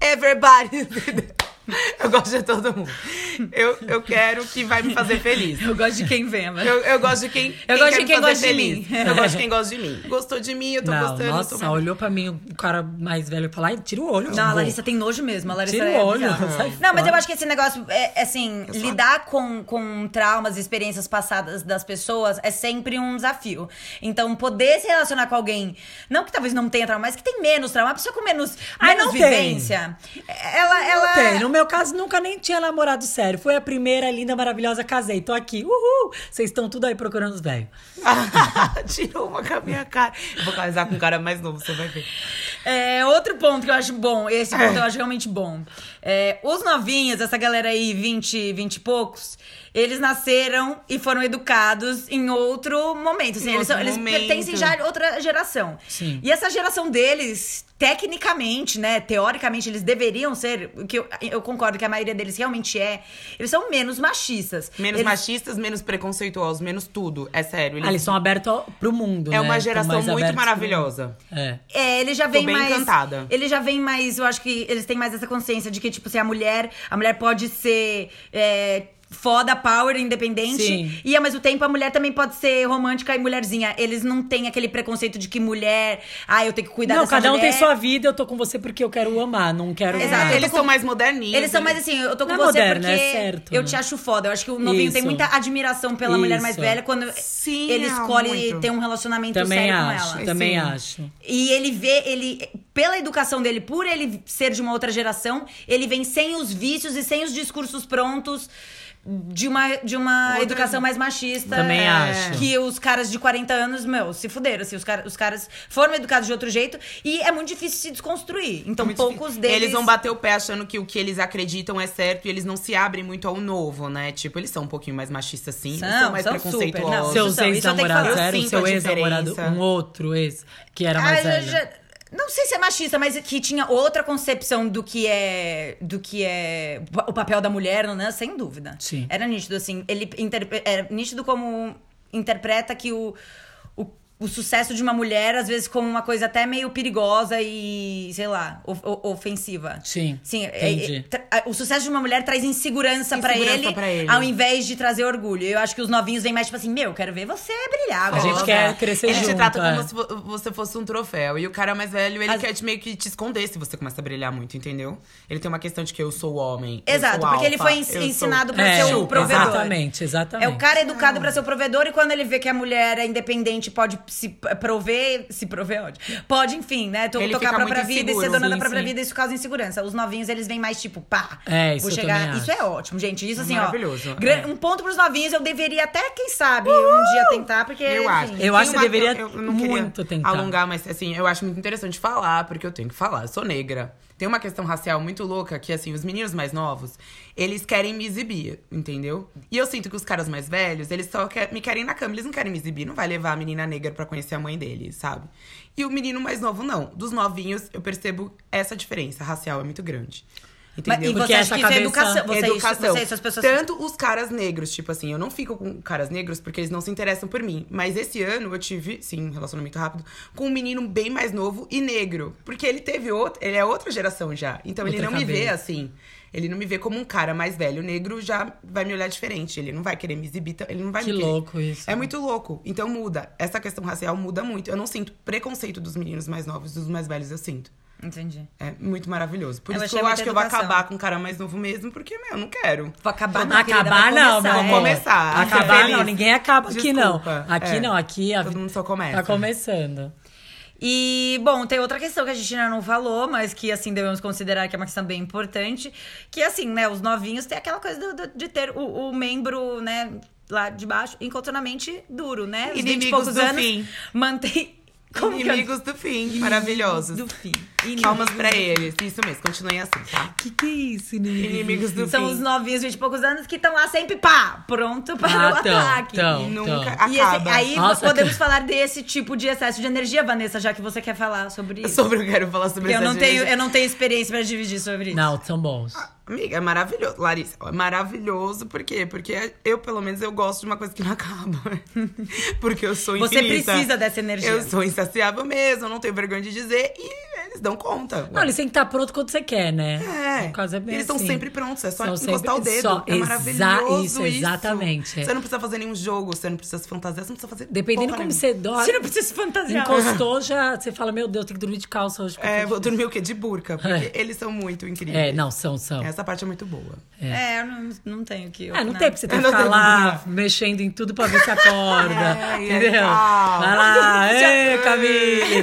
Speaker 1: Everybody! eu gosto de todo mundo. Eu, eu quero que vai me fazer feliz.
Speaker 2: Eu gosto de quem vem, mas.
Speaker 1: Eu, eu gosto de quem.
Speaker 2: Eu gosto de
Speaker 1: quer me
Speaker 2: quem
Speaker 1: fazer
Speaker 2: gosta de
Speaker 1: feliz.
Speaker 2: mim.
Speaker 1: Eu gosto de quem gosta de mim. Gostou de mim, eu tô
Speaker 3: não,
Speaker 1: gostando. eu
Speaker 3: nossa,
Speaker 1: tô bem.
Speaker 3: olhou pra mim o cara mais velho e falou: ai, tira o olho.
Speaker 2: Não, a
Speaker 3: vô."
Speaker 2: Larissa tem nojo mesmo. A Larissa
Speaker 3: Tira o
Speaker 2: é
Speaker 3: olho,
Speaker 2: bizarra.
Speaker 3: sai
Speaker 2: Não, mas eu
Speaker 3: fora.
Speaker 2: acho que esse negócio, é, é assim, lidar com, com traumas e experiências passadas das pessoas é sempre um desafio. Então, poder se relacionar com alguém, não que talvez não tenha trauma, mas que tem menos trauma, uma pessoa com menos,
Speaker 3: Ai,
Speaker 2: menos
Speaker 3: não tem.
Speaker 2: vivência, ela. ela é.
Speaker 3: Não tem. No meu caso, nunca nem tinha namorado sério. Foi a primeira, linda, maravilhosa, casei. Tô aqui. Uhul! Vocês estão tudo aí procurando os velhos.
Speaker 1: Tirou uma com a minha cara. Eu Vou casar com um cara mais novo, você vai ver.
Speaker 2: É, outro ponto que eu acho bom, esse
Speaker 1: É.
Speaker 2: ponto eu acho realmente bom. É, os novinhos, essa galera aí, 20, 20 e poucos, eles nasceram e foram educados em outro momento. Assim,
Speaker 1: Em
Speaker 2: eles,
Speaker 1: outro
Speaker 2: são- eles
Speaker 1: momento.
Speaker 2: pertencem já a outra geração.
Speaker 3: Sim.
Speaker 2: E essa geração deles, tecnicamente, né? Teoricamente, eles deveriam ser, o que eu, eu concordo que a maioria deles realmente é, eles são menos machistas.
Speaker 1: Menos
Speaker 2: Eles-
Speaker 1: machistas, menos preconceituosos, menos tudo. É sério.
Speaker 3: Ah, eles são abertos ao- pro mundo.
Speaker 1: É
Speaker 3: né?
Speaker 1: uma
Speaker 3: Estão
Speaker 1: geração
Speaker 3: mais
Speaker 1: muito
Speaker 3: abertos pro
Speaker 1: maravilhosa.
Speaker 3: mundo. É.
Speaker 2: É, ele já vem
Speaker 1: bem
Speaker 2: mais.
Speaker 1: encantada.
Speaker 2: Ele já vem mais. Eu acho que eles têm mais essa consciência de que, tipo, se a mulher. A mulher pode ser. é, Foda, power, independente.
Speaker 3: Sim.
Speaker 2: E ao mesmo tempo a mulher também pode ser romântica e mulherzinha. Eles não têm aquele preconceito de que mulher. Ah, eu tenho que cuidar
Speaker 3: Não,
Speaker 2: dessa
Speaker 3: cada um
Speaker 2: mulher.
Speaker 3: tem sua vida, eu tô com você porque eu quero amar, não quero.
Speaker 2: Exato.
Speaker 1: Eles são mais moderninhos.
Speaker 2: Eles são mais assim, eu tô com
Speaker 3: Não é
Speaker 2: você
Speaker 3: moderno,
Speaker 2: porque
Speaker 3: é certo,
Speaker 2: eu
Speaker 3: né?
Speaker 2: te acho foda. Eu acho que o novinho tem
Speaker 3: Isso.
Speaker 2: muita admiração pela mulher mais
Speaker 3: Isso.
Speaker 2: velha quando
Speaker 1: Sim,
Speaker 2: ele
Speaker 1: é,
Speaker 2: escolhe
Speaker 1: muito.
Speaker 2: ter um relacionamento
Speaker 3: Também
Speaker 2: sério
Speaker 3: acho,
Speaker 2: com ela. Então,
Speaker 3: também
Speaker 1: Sim.
Speaker 3: acho.
Speaker 2: E ele vê, ele, pela educação dele, por ele ser de uma outra geração, ele vem sem os vícios e sem os discursos prontos de uma, de uma
Speaker 1: Outra-
Speaker 2: educação mais machista.
Speaker 3: Também
Speaker 2: é,
Speaker 3: acho.
Speaker 2: Que os caras de 40 anos, meu, se fuderam. Assim, os, cara- os caras foram educados de outro jeito e é muito difícil se desconstruir. Então,
Speaker 1: Muito
Speaker 2: poucos
Speaker 1: difícil.
Speaker 2: deles.
Speaker 1: Eles vão bater o pé achando que o que eles acreditam é certo e eles não se abrem muito ao novo, né? Tipo, eles são um pouquinho mais machistas, sim.
Speaker 2: São,
Speaker 1: eles são mais
Speaker 2: são super, não.
Speaker 1: preconceituosos.
Speaker 2: Seu-
Speaker 3: Seus
Speaker 2: Isso eu tenho que
Speaker 3: ex-namorados
Speaker 1: falar.
Speaker 3: eram
Speaker 1: Eu
Speaker 3: seu
Speaker 1: sinto a
Speaker 3: ex-namorado,
Speaker 1: diferença.
Speaker 3: um outro ex, que era
Speaker 2: Ah,
Speaker 3: mais
Speaker 2: já-
Speaker 3: velho.
Speaker 2: já- não sei se é machista, mas que tinha outra concepção do que é do que é o papel da mulher, né? Sem dúvida.
Speaker 3: Sim.
Speaker 2: Era nítido assim, ele interpre- era nítido como interpreta que o, o o sucesso de uma mulher, às vezes, como uma coisa até meio perigosa e, sei lá, of- o- ofensiva.
Speaker 3: Sim,
Speaker 2: Sim, é-
Speaker 3: entendi.
Speaker 2: é- tra- a- o sucesso de uma mulher traz insegurança, pra
Speaker 1: Insegurança
Speaker 2: ele,
Speaker 1: pra ele.
Speaker 2: ao invés de trazer orgulho. Eu acho que os novinhos vêm mais tipo assim: meu, quero ver você brilhar.
Speaker 3: A gente
Speaker 2: gostosa."
Speaker 3: quer crescer
Speaker 1: Ele
Speaker 3: junto.
Speaker 1: te trata
Speaker 3: é.
Speaker 1: como se vo- você fosse um troféu. E o cara mais velho, ele quer te meio que te esconder se você começa a brilhar muito, entendeu? Ele tem uma questão de que eu sou o homem. eu
Speaker 2: Exato,
Speaker 1: sou
Speaker 2: porque ele
Speaker 1: alfa,
Speaker 2: foi
Speaker 1: tá? eu
Speaker 2: ens-
Speaker 1: sou-
Speaker 2: ensinado pra
Speaker 3: É,
Speaker 2: ser o
Speaker 1: Exato.
Speaker 2: provedor.
Speaker 3: Exatamente,
Speaker 2: É
Speaker 3: exatamente.
Speaker 2: o cara educado pra ser o provedor e quando ele vê que a mulher é independente, pode se p- prover, se prover ódio. Pode, enfim, né, to-
Speaker 1: Ele
Speaker 2: tocar a
Speaker 1: fica
Speaker 2: própria
Speaker 1: muito
Speaker 2: vida e ser
Speaker 1: inseguro.
Speaker 2: dona da
Speaker 3: Sim,
Speaker 2: própria
Speaker 3: sim.
Speaker 2: vida, isso causa insegurança. Os novinhos, eles vêm mais tipo, pá,
Speaker 3: É, isso
Speaker 2: vou
Speaker 3: eu
Speaker 2: chegar.
Speaker 3: também
Speaker 2: Isso
Speaker 3: acho.
Speaker 2: é ótimo, gente. Isso assim,
Speaker 1: Maravilhoso,
Speaker 2: ó. gran-
Speaker 1: é.
Speaker 2: Um ponto pros novinhos, eu deveria até, quem sabe, um dia tentar, porque
Speaker 1: Eu acho.
Speaker 2: enfim.
Speaker 3: Eu
Speaker 1: assim, Tem
Speaker 3: acho que
Speaker 1: uma-
Speaker 3: deveria
Speaker 1: queria
Speaker 3: muito tentar.
Speaker 1: Alongar, mas assim, eu acho muito interessante falar, porque eu tenho que falar. Eu sou negra. Tem uma questão racial muito louca que, assim, os meninos mais novos, eles querem me exibir, entendeu? E eu sinto que os caras mais velhos, eles só quer- me querem na cama, eles não querem me exibir. Não vai levar a menina negra pra conhecer a mãe dele, sabe? E o menino mais novo, não. Dos novinhos, eu percebo essa diferença racial, é muito grande.
Speaker 2: Mas-
Speaker 1: Entendeu?
Speaker 2: e
Speaker 3: Porque
Speaker 2: você acha
Speaker 3: essa
Speaker 2: que isso é
Speaker 3: cabeça-
Speaker 2: educação? Você,
Speaker 1: educação.
Speaker 2: Você, essas pessoas...
Speaker 1: Tanto os caras negros, tipo assim, eu não fico com caras negros porque eles não se interessam por mim. Mas esse ano eu tive, sim, um relacionamento rápido, com um menino bem mais novo e negro. Porque ele teve outro. Ele é outra geração já. Então ele
Speaker 3: Outra
Speaker 1: não me vê
Speaker 3: cabeça.
Speaker 1: assim. Ele não me vê como um cara mais velho, negro, já vai me olhar diferente. Ele não vai querer me exibir, ta- ele não vai
Speaker 3: Que
Speaker 1: me querer.
Speaker 3: louco isso.
Speaker 1: É muito louco. Então muda. Essa questão racial muda muito. Eu não sinto preconceito dos meninos mais novos, dos mais velhos eu sinto.
Speaker 2: Entendi.
Speaker 1: É muito maravilhoso. Por
Speaker 2: Eu
Speaker 1: isso que
Speaker 2: achei
Speaker 1: eu
Speaker 2: muita
Speaker 1: acho que eu vou
Speaker 2: educação.
Speaker 1: acabar com um cara mais novo mesmo, porque, meu, eu não quero.
Speaker 2: Vou acabar
Speaker 3: Não acabar não, meu amor.
Speaker 1: Vou começar.
Speaker 3: Acabar
Speaker 1: Feliz.
Speaker 3: não, ninguém acaba aqui não.
Speaker 1: Desculpa,
Speaker 3: Aqui
Speaker 1: é.
Speaker 3: não, aqui a
Speaker 1: Todo mundo só começa.
Speaker 3: Tá começando.
Speaker 2: E, bom, tem outra questão que a gente ainda não falou, mas que, assim, devemos considerar que é uma questão bem importante. Que, assim, né, os novinhos têm aquela coisa do- do- de ter o, o membro, né, lá de baixo, incontornamente duro, né? Os 20 e
Speaker 1: Inimigos
Speaker 2: poucos
Speaker 1: do
Speaker 2: anos.
Speaker 1: fim.
Speaker 2: Mantém. Como que eu-
Speaker 1: Inimigos do fim, maravilhosos.
Speaker 2: Do fim.
Speaker 1: Palmas pra eles. Isso mesmo, continuem assim, tá?
Speaker 3: Que que é isso, Nini?
Speaker 1: Inimigos do
Speaker 2: São
Speaker 1: fim.
Speaker 2: os novinhos, 20 e poucos anos, que estão lá sempre, pá, pronto para
Speaker 3: Ah,
Speaker 2: o
Speaker 3: tão,
Speaker 2: ataque.
Speaker 3: tão.
Speaker 1: Nunca
Speaker 3: Então.
Speaker 2: E esse-
Speaker 1: acaba.
Speaker 2: aí
Speaker 3: Nossa,
Speaker 2: podemos
Speaker 3: que-
Speaker 2: falar desse tipo de excesso de energia, Vanessa, já que você quer falar sobre isso.
Speaker 1: Sobre o que eu quero falar sobre
Speaker 2: Eu
Speaker 1: essas
Speaker 2: não, tenho,
Speaker 1: gerações.
Speaker 2: eu não tenho experiência pra dividir sobre isso.
Speaker 3: Não, são bons.
Speaker 1: Amiga, é maravilhoso. Larissa, ó, é maravilhoso. Por quê? Porque eu, pelo menos, eu gosto de uma coisa que não acaba. Porque eu sou
Speaker 2: Você
Speaker 1: infinita.
Speaker 2: precisa dessa energia.
Speaker 1: Eu sou insaciável mesmo, não tenho vergonha de dizer. E eles dão conta.
Speaker 3: Não, eles têm que estar pronto quando você quer, né?
Speaker 1: É.
Speaker 3: No caso é bem
Speaker 1: Eles estão
Speaker 3: assim.
Speaker 1: sempre prontos, é só
Speaker 3: São
Speaker 1: encostar
Speaker 3: sempre-
Speaker 1: o dedo.
Speaker 3: só-
Speaker 1: é maravilhoso.
Speaker 3: exa- isso, exatamente, é.
Speaker 1: Você não precisa fazer nenhum jogo, você não precisa se fantasiar, você não precisa fazer.
Speaker 3: Dependendo
Speaker 1: porra
Speaker 3: como
Speaker 1: nenhuma.
Speaker 3: você dorme.
Speaker 2: Você não precisa se fantasiar.
Speaker 3: Encostou já, você fala, meu Deus, tem que dormir tá de calça hoje. porque
Speaker 1: É,
Speaker 3: eu
Speaker 1: vou
Speaker 3: tô
Speaker 1: dormir o quê? De burca. Porque eles são muito
Speaker 3: de-"
Speaker 1: incríveis.
Speaker 3: É, não, são, são. É,
Speaker 1: Essa parte é muito boa.
Speaker 2: É, eu não, não tenho que.
Speaker 3: Ah, não
Speaker 2: opinar.
Speaker 3: tem pra você ter
Speaker 1: Eu
Speaker 3: que
Speaker 1: não
Speaker 3: ficar
Speaker 1: tenho
Speaker 3: lá
Speaker 1: dúvida.
Speaker 3: mexendo em tudo pra ver se acorda.
Speaker 1: É, e é
Speaker 3: entendeu?
Speaker 1: tal.
Speaker 3: Vai lá, ê, Camille.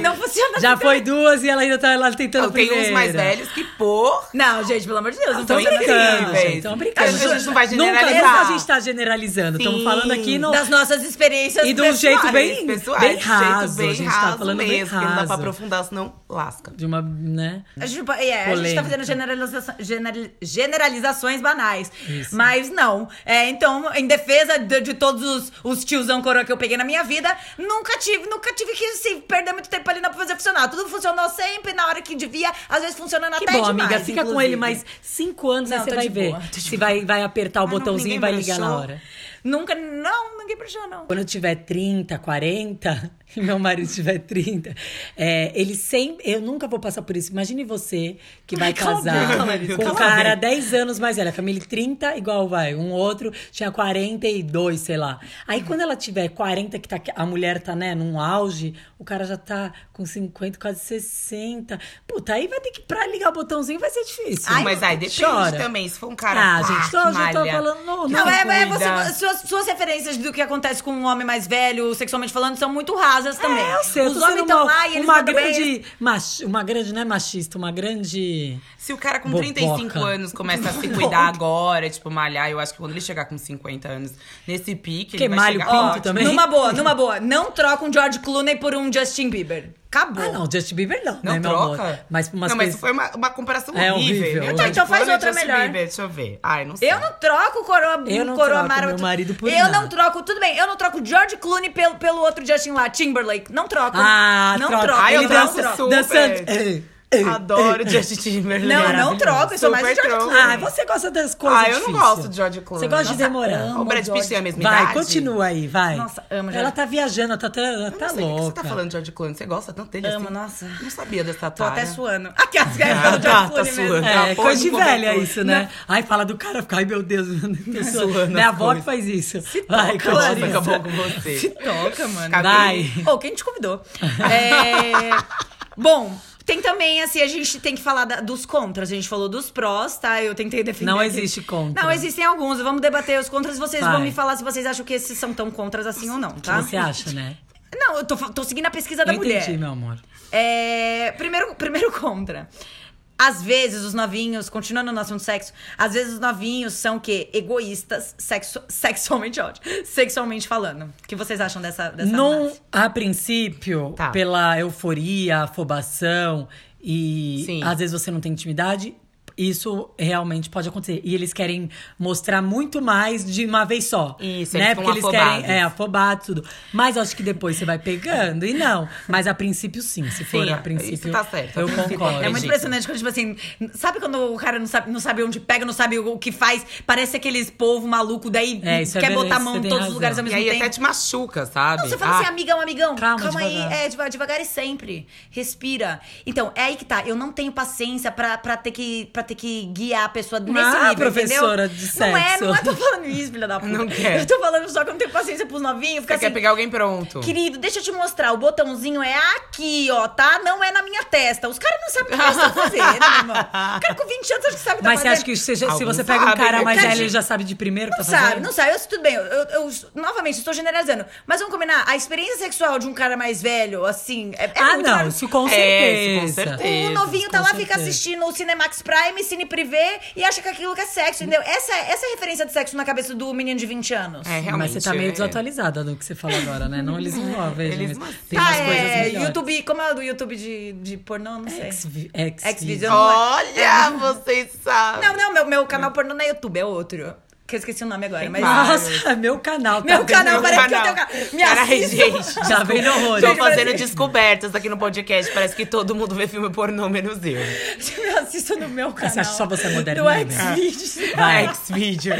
Speaker 2: Não funciona
Speaker 3: Já foi duas e ela ainda tá lá tentando
Speaker 1: Eu tenho uns mais
Speaker 3: primeira.
Speaker 1: velhos que, porra.
Speaker 2: Não, gente, pelo amor de Deus, não Ah, tô
Speaker 1: Tão
Speaker 3: Estão
Speaker 2: brincando.
Speaker 3: brincando,
Speaker 1: incríveis.
Speaker 3: gente. Estão brincando.
Speaker 1: Acho que a gente não vai
Speaker 3: Nunca
Speaker 1: generalizar.
Speaker 3: a gente tá generalizando. Estamos
Speaker 1: Sim.
Speaker 3: falando aqui no...
Speaker 2: Das nossas experiências.
Speaker 3: E de um
Speaker 2: pessoais.
Speaker 3: jeito bem,
Speaker 1: pessoais,
Speaker 3: bem
Speaker 1: é de
Speaker 3: raso.
Speaker 1: jeito bem
Speaker 3: a gente
Speaker 1: raso
Speaker 3: tá falando
Speaker 1: mesmo,
Speaker 3: bem
Speaker 1: porque não dá pra
Speaker 3: raso.
Speaker 1: aprofundar, senão lasca.
Speaker 3: De uma, né?
Speaker 2: A gente, não- é, a gente tá
Speaker 3: Polêmica.
Speaker 2: fazendo generaliza- generali- generalizações banais. Mas não. É, então, em defesa de, de todos os, os tiozão coroa que eu peguei na minha vida, nunca tive, nunca tive que assim, perder muito tempo ali na pra fazer funcionar. Tudo funcionou sempre na hora que devia, às vezes funcionando
Speaker 3: Que
Speaker 2: até
Speaker 3: bom,
Speaker 2: tá demais.
Speaker 3: amiga. Fica com
Speaker 2: inclusive.
Speaker 3: ele mais cinco anos,
Speaker 2: Não,
Speaker 3: aí você
Speaker 2: tô
Speaker 3: vai
Speaker 2: de
Speaker 3: ver.
Speaker 2: boa, tô de
Speaker 3: Se vai, vai apertar o
Speaker 1: Ah, não,
Speaker 3: botãozinho
Speaker 1: ninguém
Speaker 3: e vai
Speaker 1: me
Speaker 3: ligar na
Speaker 1: deixou.
Speaker 3: hora.
Speaker 2: Nunca, não, ninguém puxou, não.
Speaker 3: Quando eu tiver 30, 40, e meu marido tiver 30, é, ele sempre. Eu nunca vou passar por isso. Imagine você que vai
Speaker 2: Cala a
Speaker 3: casar
Speaker 2: boca, Larissa,
Speaker 3: com um
Speaker 1: cala a
Speaker 3: cara
Speaker 1: boca.
Speaker 3: 10 anos mais velho. A família 30, igual vai. Um outro tinha 42, sei lá. Aí quando ela tiver 40, que tá, a mulher tá, né, num auge, o cara já tá com 50, quase 60. Puta, aí vai ter que pra ligar o botãozinho vai ser difícil.
Speaker 1: Ai, mas aí depende
Speaker 3: Chora.
Speaker 1: também. Se for um cara.
Speaker 3: Ah,
Speaker 1: pá,
Speaker 3: gente,
Speaker 1: que
Speaker 3: tô, já tô
Speaker 1: malha,
Speaker 3: falando
Speaker 2: Não,
Speaker 3: no. no
Speaker 2: é, é
Speaker 1: cuida.
Speaker 2: você, suas, suas referências do que acontece com um homem mais velho, sexualmente falando, são muito rasas também.
Speaker 3: É, eu sei, eu
Speaker 2: Os
Speaker 3: tô
Speaker 2: homens
Speaker 3: sendo
Speaker 2: estão
Speaker 3: uma,
Speaker 2: lá e eles
Speaker 3: uma
Speaker 2: mandam bem,
Speaker 3: grande, mach- uma grande, não é machista, uma grande...
Speaker 1: Se o cara com
Speaker 3: Boboca.
Speaker 1: 35 anos começa a se cuidar agora, tipo, malhar, eu acho que quando ele chegar com 50 anos nesse pique,
Speaker 3: Que
Speaker 1: ele vai
Speaker 3: malha o
Speaker 1: chegar
Speaker 3: pinto
Speaker 1: ótimo.
Speaker 3: também.
Speaker 2: Numa boa, numa boa. Não troca um George Clooney por um Justin Bieber. Acabou.
Speaker 3: Ah, não, Justin Bieber não,
Speaker 1: Não
Speaker 3: né,
Speaker 1: troca?
Speaker 3: meu amor? Mas pra umas
Speaker 1: não, mas
Speaker 3: coisas...
Speaker 1: isso foi uma, uma comparação
Speaker 3: É
Speaker 1: horrível.
Speaker 3: horrível.
Speaker 1: Eu
Speaker 3: Então,
Speaker 1: tô
Speaker 2: então
Speaker 1: de
Speaker 2: faz
Speaker 1: Flora
Speaker 2: outra
Speaker 1: Justin
Speaker 2: melhor.
Speaker 1: Bieber, deixa eu ver. Ai, não sei.
Speaker 2: Eu não troco o coroa,
Speaker 3: Eu não
Speaker 2: coroa
Speaker 3: troco meu marido por
Speaker 2: Eu
Speaker 3: nada.
Speaker 2: não troco, tudo bem. Eu não troco George Clooney pelo, pelo outro Justin lá, Timberlake. Não troco.
Speaker 3: Ah,
Speaker 2: não
Speaker 3: troca.
Speaker 2: troco.
Speaker 1: Ai, eu
Speaker 2: não
Speaker 1: troco super.
Speaker 3: Dançando... É, é,
Speaker 1: Adoro
Speaker 3: é.
Speaker 1: Justin Timberlake.
Speaker 2: Não, não troco, eu sou mais
Speaker 1: Super
Speaker 2: George
Speaker 1: troco.
Speaker 2: Clooney.
Speaker 3: Ah, você gosta das coisas
Speaker 1: Ah, eu não
Speaker 3: difíceis.
Speaker 1: gosto de George Clooney.
Speaker 3: Você gosta de
Speaker 1: Nossa,
Speaker 3: demorar.
Speaker 1: O Brad Pitt tem a mesma idade?
Speaker 3: Vai, continua aí, vai.
Speaker 2: Nossa, amo George.
Speaker 3: Ela tá viajando, ela tá, ela
Speaker 1: Eu
Speaker 3: tá
Speaker 1: não sei,
Speaker 3: louca.
Speaker 1: O que você tá falando de George Clooney? Você gosta tanto dele
Speaker 2: Amo,
Speaker 1: assim?
Speaker 2: nossa.
Speaker 1: Não sabia dessa
Speaker 2: Tô
Speaker 1: tara.
Speaker 2: até suando. Aqui, as caras
Speaker 1: Ah, tá,
Speaker 2: do George
Speaker 1: tá
Speaker 2: Clooney
Speaker 1: suando.
Speaker 2: mesmo.
Speaker 1: Tá,
Speaker 3: É,
Speaker 1: pô,
Speaker 3: coisa de
Speaker 1: não comentou.
Speaker 3: velha isso, né? Ai, fala do cara, fica, ai meu Deus, pessoa,
Speaker 1: suando
Speaker 3: minha
Speaker 1: as
Speaker 3: avó que
Speaker 1: coisas.
Speaker 3: faz isso. Vai,
Speaker 1: Nossa,
Speaker 3: Clarissa.
Speaker 1: acabou com você.
Speaker 2: Se tá toca, mano.
Speaker 1: Acabei.
Speaker 3: Vai.
Speaker 2: Ou quem te convidou. É, Bom, tem também, assim, a gente tem que falar da- dos contras. A gente falou dos prós, tá? Eu tentei definir.
Speaker 3: Não
Speaker 2: aqui.
Speaker 3: existe contra.
Speaker 2: Não, existem alguns. Vamos debater os contras e vocês
Speaker 3: Vai.
Speaker 2: vão me falar se vocês acham que esses são tão contras assim ou não, tá?
Speaker 3: O que você acha, né?
Speaker 2: Não, eu tô, fa- tô seguindo a pesquisa da
Speaker 3: Eu
Speaker 2: mulher.
Speaker 3: entendi, meu amor.
Speaker 2: É, primeiro, primeiro contra. Às vezes os novinhos, continuando no assunto sexo, às vezes os novinhos são o quê? Egoístas, sexo, sexualmente ótimo. Sexualmente falando. O que vocês acham dessa, dessa
Speaker 3: Não,
Speaker 2: análise?
Speaker 3: a princípio,
Speaker 1: Tá.
Speaker 3: pela euforia, afobação e
Speaker 1: Sim.
Speaker 3: às vezes você não tem intimidade, isso realmente pode acontecer. E eles querem mostrar muito mais de uma vez só.
Speaker 1: Isso,
Speaker 3: né?
Speaker 1: eles ficam
Speaker 3: Porque eles
Speaker 1: afobados.
Speaker 3: querem é, afobar tudo. Mas acho que depois você vai pegando. E não. Mas a princípio, sim. Se for
Speaker 1: Sim,
Speaker 3: a
Speaker 1: isso
Speaker 3: princípio.
Speaker 1: tá certo. A
Speaker 3: Eu
Speaker 1: princípio,
Speaker 3: concordo.
Speaker 2: É muito impressionante quando, tipo assim, sabe quando o cara não sabe, não sabe onde pega, não sabe o que faz? Parece aqueles povo maluco, daí
Speaker 3: É, isso é
Speaker 2: quer
Speaker 3: verdade,
Speaker 2: botar a mão
Speaker 3: você
Speaker 2: em
Speaker 3: tem
Speaker 2: todos os
Speaker 3: razão. Ah,
Speaker 2: lugares ao
Speaker 1: E
Speaker 2: mesmo
Speaker 1: aí
Speaker 2: tempo.
Speaker 1: até te machuca, sabe? Ah,
Speaker 2: Não, você fala assim, amigão, amigão,
Speaker 3: Calma,
Speaker 2: calma,
Speaker 3: devagar.
Speaker 2: aí, é, deva- devagar e sempre. Respira. Então, é aí que tá. Eu não tenho paciência pra, pra ter que pra ter que guiar a pessoa nesse
Speaker 3: Ah,
Speaker 2: nível,
Speaker 3: professora
Speaker 2: entendeu?
Speaker 3: de
Speaker 2: Não é,
Speaker 3: sexo.
Speaker 2: não é, tô falando isso, filha da puta.
Speaker 1: Não quer.
Speaker 2: Eu tô falando só que eu não tenho paciência pros novinhos,
Speaker 1: Você
Speaker 2: fica assim...
Speaker 1: quer pegar alguém pronto.
Speaker 2: Querido, deixa eu te mostrar. O botãozinho é aqui, ó, tá? Não é na minha testa. Os caras não sabem o que eles estão fazendo, meu irmão. O cara com 20 anos acho que sabe o que tá
Speaker 3: Mas você
Speaker 2: fazendo.
Speaker 3: acha que se, se
Speaker 1: Alguns
Speaker 3: você pega um
Speaker 1: sabem,
Speaker 3: cara
Speaker 1: né?
Speaker 3: mais
Speaker 1: Cara,
Speaker 3: velho, ele já sabe de primeiro que
Speaker 2: Não
Speaker 3: tá
Speaker 2: sabe,
Speaker 3: fazendo?
Speaker 2: não sabe. Eu, tudo bem, eu, eu- novamente, estou generalizando. Mas vamos combinar, a experiência sexual de um cara mais velho, assim, é, é
Speaker 3: Ah,
Speaker 2: muito
Speaker 3: não,
Speaker 2: maior.
Speaker 3: isso com
Speaker 1: É,
Speaker 3: certeza.
Speaker 1: isso com certeza.
Speaker 2: O novinho tá
Speaker 3: com
Speaker 2: lá, fica
Speaker 3: certeza.
Speaker 2: assistindo o Cinemax Prime, Cine Privé e acha que aquilo que é sexo, entendeu? Essa, essa é a referência de sexo na cabeça do menino de 20 anos.
Speaker 1: É, realmente.
Speaker 3: Mas você tá meio
Speaker 1: é.
Speaker 3: desatualizada do que você falou agora, né? Não eles não, ó, veja.
Speaker 1: Eles
Speaker 3: mas
Speaker 1: não-
Speaker 3: Tem umas coisas
Speaker 2: é,
Speaker 3: melhores. É,
Speaker 2: YouTube, como é o do YouTube de, de pornô? Não sei.
Speaker 3: Xvi- X-
Speaker 2: Xvideos.
Speaker 1: Olha, vocês sabem.
Speaker 2: né? É. Não, não, meu, meu canal pornô não é YouTube, é outro. Que eu esqueci o nome
Speaker 3: É
Speaker 2: agora, mas.
Speaker 1: vários.
Speaker 3: Nossa, meu canal. tá
Speaker 2: Meu
Speaker 3: vendo?
Speaker 1: Meu
Speaker 2: canal, parece que eu
Speaker 1: canal.
Speaker 2: tenho canal. Me assistam.
Speaker 1: gente.
Speaker 3: Já vem no horror.
Speaker 1: Tô
Speaker 2: Gente, mas-
Speaker 1: fazendo descobertas aqui no podcast. Parece que todo mundo vê filme pornô, menos eu.
Speaker 2: Me assistam no meu canal.
Speaker 3: Você acha só você moderna?
Speaker 2: Do
Speaker 3: né?
Speaker 2: Xvideos.
Speaker 3: Vai.
Speaker 1: X-Video.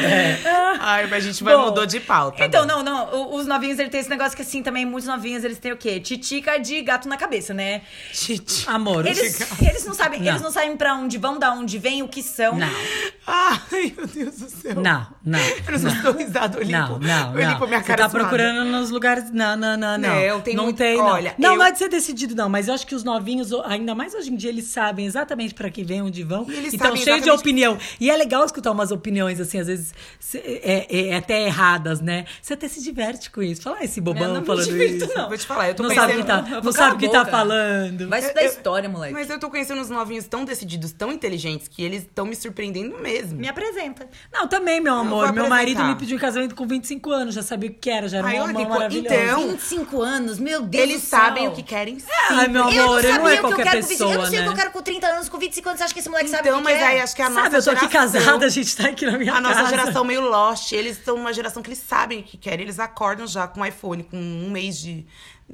Speaker 1: Ai, mas a gente vai
Speaker 2: É. Bom,
Speaker 1: mudou de pauta.
Speaker 2: Então,
Speaker 1: agora.
Speaker 2: não, não. o- Os novinhos, ele tem esse negócio que, assim, também, muitos novinhos, eles têm o quê? Titica de gato na cabeça, né?
Speaker 1: Titi.
Speaker 3: Amor,
Speaker 2: Eles,
Speaker 3: o-
Speaker 2: eles não sabem,
Speaker 3: Não.
Speaker 2: eles não sabem pra onde vão, da onde vêm, o que são.
Speaker 3: Não,
Speaker 1: Ai, meu Deus do céu.
Speaker 3: não, não.
Speaker 1: Eu não sei se estou risada, Olimpo.
Speaker 3: Não, não,
Speaker 1: Eu
Speaker 3: não.
Speaker 1: limpo minha
Speaker 3: Você
Speaker 1: cara
Speaker 3: tá
Speaker 1: zoada.
Speaker 3: procurando nos lugares... Não, não, não, não.
Speaker 1: Não, tem
Speaker 3: não
Speaker 1: muito-
Speaker 3: tem, não.
Speaker 1: olha,
Speaker 3: não,
Speaker 1: eu-
Speaker 3: não é de ser decidido, não. Mas eu acho que os novinhos, o- ainda mais hoje em dia, eles sabem exatamente pra que vem, onde vão.
Speaker 1: E eles
Speaker 3: e tão
Speaker 1: sabem
Speaker 3: cheios de
Speaker 1: exatamente-
Speaker 3: opinião. E é legal escutar umas opiniões, assim, às vezes, se- é, é- é até erradas, né? Você até se diverte com isso. Fala, ah, esse
Speaker 2: Eu
Speaker 3: bobão
Speaker 2: não me
Speaker 3: falando
Speaker 2: divirto,
Speaker 3: isso.
Speaker 2: não.
Speaker 1: Vou te falar, eu tô
Speaker 3: Não
Speaker 1: pensando...
Speaker 3: sabe o que tá,
Speaker 2: Eu vou
Speaker 3: não
Speaker 2: calar
Speaker 3: sabe o que
Speaker 2: a
Speaker 3: tá
Speaker 2: boca.
Speaker 3: falando.
Speaker 2: Vai estudar história, moleque.
Speaker 1: Mas eu tô conhecendo uns novinhos tão decididos, tão inteligentes, que eles estão me surpreendendo mesmo.
Speaker 2: Me apresenta.
Speaker 3: Não, também, meu amor.
Speaker 1: vou
Speaker 3: Meu marido
Speaker 1: apresentar.
Speaker 3: me pediu em casamento com 25 anos, já sabia o que era, já era um
Speaker 1: Ai,
Speaker 3: uma
Speaker 1: olha
Speaker 3: mão
Speaker 1: que co-
Speaker 3: maravilhosa.
Speaker 1: então,
Speaker 2: 25 anos, meu Deus
Speaker 1: Eles
Speaker 2: do céu.
Speaker 1: sabem o que querem ser.
Speaker 3: Ai, meu
Speaker 2: Eu não
Speaker 3: amor,
Speaker 2: sabia
Speaker 3: eu não
Speaker 2: o
Speaker 3: é
Speaker 2: que eu
Speaker 3: qualquer
Speaker 2: quero com 25
Speaker 3: pessoa,
Speaker 2: Eu não sei o que eu
Speaker 3: né?
Speaker 2: quero com 30 anos, com 25 anos. Você acha que esse moleque sabe o
Speaker 1: Então,
Speaker 2: que é?
Speaker 1: mas
Speaker 2: quer?
Speaker 1: aí acho que a nossa
Speaker 3: Sabe, eu tô aqui
Speaker 1: geração-
Speaker 3: casada, a gente tá aqui na minha
Speaker 1: A nossa
Speaker 3: casa.
Speaker 1: geração meio lost, eles são uma geração que eles sabem o que querem. Eles acordam já com iPhone, com um mês de.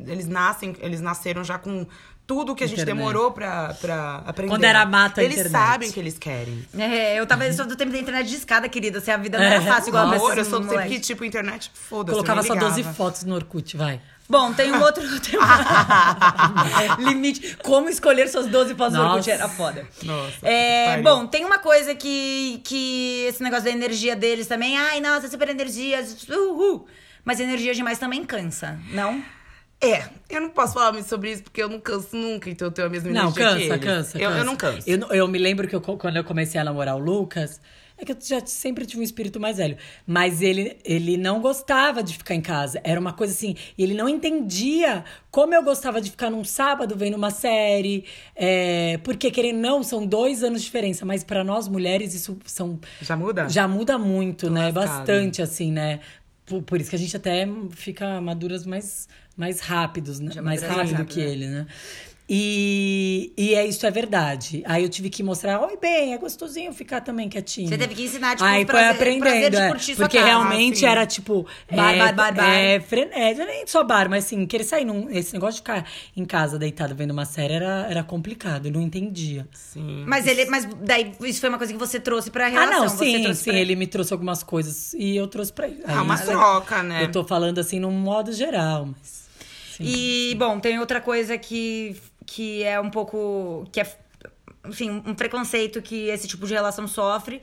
Speaker 1: Eles nascem, eles nasceram já com tudo que a gente
Speaker 3: Internet.
Speaker 1: demorou pra, pra aprender.
Speaker 3: Quando era mata a
Speaker 1: Eles
Speaker 3: internet.
Speaker 1: sabem o que eles querem.
Speaker 2: É, eu tava eu sou do tempo da internet de escada, querida. Assim, a vida não era
Speaker 3: É.
Speaker 2: fácil igual a
Speaker 1: Amor,
Speaker 2: pessoa.
Speaker 1: eu sou do tempo que, tipo, internet, foda-se.
Speaker 3: Colocava
Speaker 1: eu
Speaker 3: só
Speaker 1: nem
Speaker 3: 12
Speaker 1: ligava.
Speaker 3: fotos no Orkut, vai.
Speaker 2: Bom, tem um outro tem um- limite. Como escolher suas 12 fotos do
Speaker 3: Nossa.
Speaker 2: Orkut era foda.
Speaker 1: Nossa,
Speaker 2: É,
Speaker 1: que pariu.
Speaker 2: bom, tem uma coisa que, que esse negócio da energia deles também. Ai, nossa, super energia. Uhul. Mas energia demais também cansa, não?
Speaker 1: É, eu não posso falar muito sobre isso porque eu não canso nunca, então eu tenho a mesma
Speaker 3: Não,
Speaker 1: energia que
Speaker 3: cansa,
Speaker 1: eles.
Speaker 3: cansa,
Speaker 1: Eu,
Speaker 3: cansa.
Speaker 1: eu não canso.
Speaker 3: Eu, não- eu me lembro que eu co- quando eu comecei a namorar o Lucas, é que eu já sempre tive um espírito mais velho. Mas ele, ele não gostava de ficar em casa. Era uma coisa assim. E ele não entendia como eu gostava de ficar num sábado vendo uma série. é, porque, querendo ou não, são dois anos de diferença. Mas pra nós mulheres, isso são.
Speaker 1: Já muda?
Speaker 3: Já muda muito, né?
Speaker 1: lascado.
Speaker 3: Bastante, assim, né? Por, por isso que a gente até fica maduras mais, mais rápidos, né?
Speaker 2: Já
Speaker 3: mais
Speaker 2: amadurece
Speaker 3: rápido
Speaker 2: rápido,
Speaker 3: que
Speaker 2: né?
Speaker 3: ele, né? E, e é isso é verdade. Aí eu tive que mostrar, oi bem, é gostosinho ficar também quietinho.
Speaker 2: Você teve que ensinar, tipo,
Speaker 3: Aí
Speaker 2: o
Speaker 3: foi
Speaker 2: prazer- prazer
Speaker 3: aprendendo,
Speaker 2: de
Speaker 3: é,
Speaker 2: curtir sua
Speaker 3: porque
Speaker 2: casa,
Speaker 3: realmente
Speaker 1: assim.
Speaker 3: era tipo
Speaker 2: Bar,
Speaker 3: é,
Speaker 2: bar, bar, bar.
Speaker 3: É, fre- é, nem só bar, mas assim, querer sair num, esse negócio de ficar em casa deitado vendo uma série era, era complicado, eu não entendia.
Speaker 1: Sim.
Speaker 2: Mas ele. Mas daí isso foi uma coisa que você trouxe pra
Speaker 3: Ah,
Speaker 2: relação.
Speaker 3: não,
Speaker 2: você
Speaker 3: sim,
Speaker 2: trouxe
Speaker 3: sim.
Speaker 2: pra-
Speaker 3: Ele me trouxe algumas coisas e eu trouxe pra ele.
Speaker 1: É
Speaker 3: Aí
Speaker 1: uma
Speaker 3: isso-
Speaker 1: troca, né?
Speaker 3: Eu tô falando assim, num modo geral, mas.
Speaker 2: E, bom, tem outra coisa que, que é um pouco. que é, enfim, um preconceito que esse tipo de relação sofre.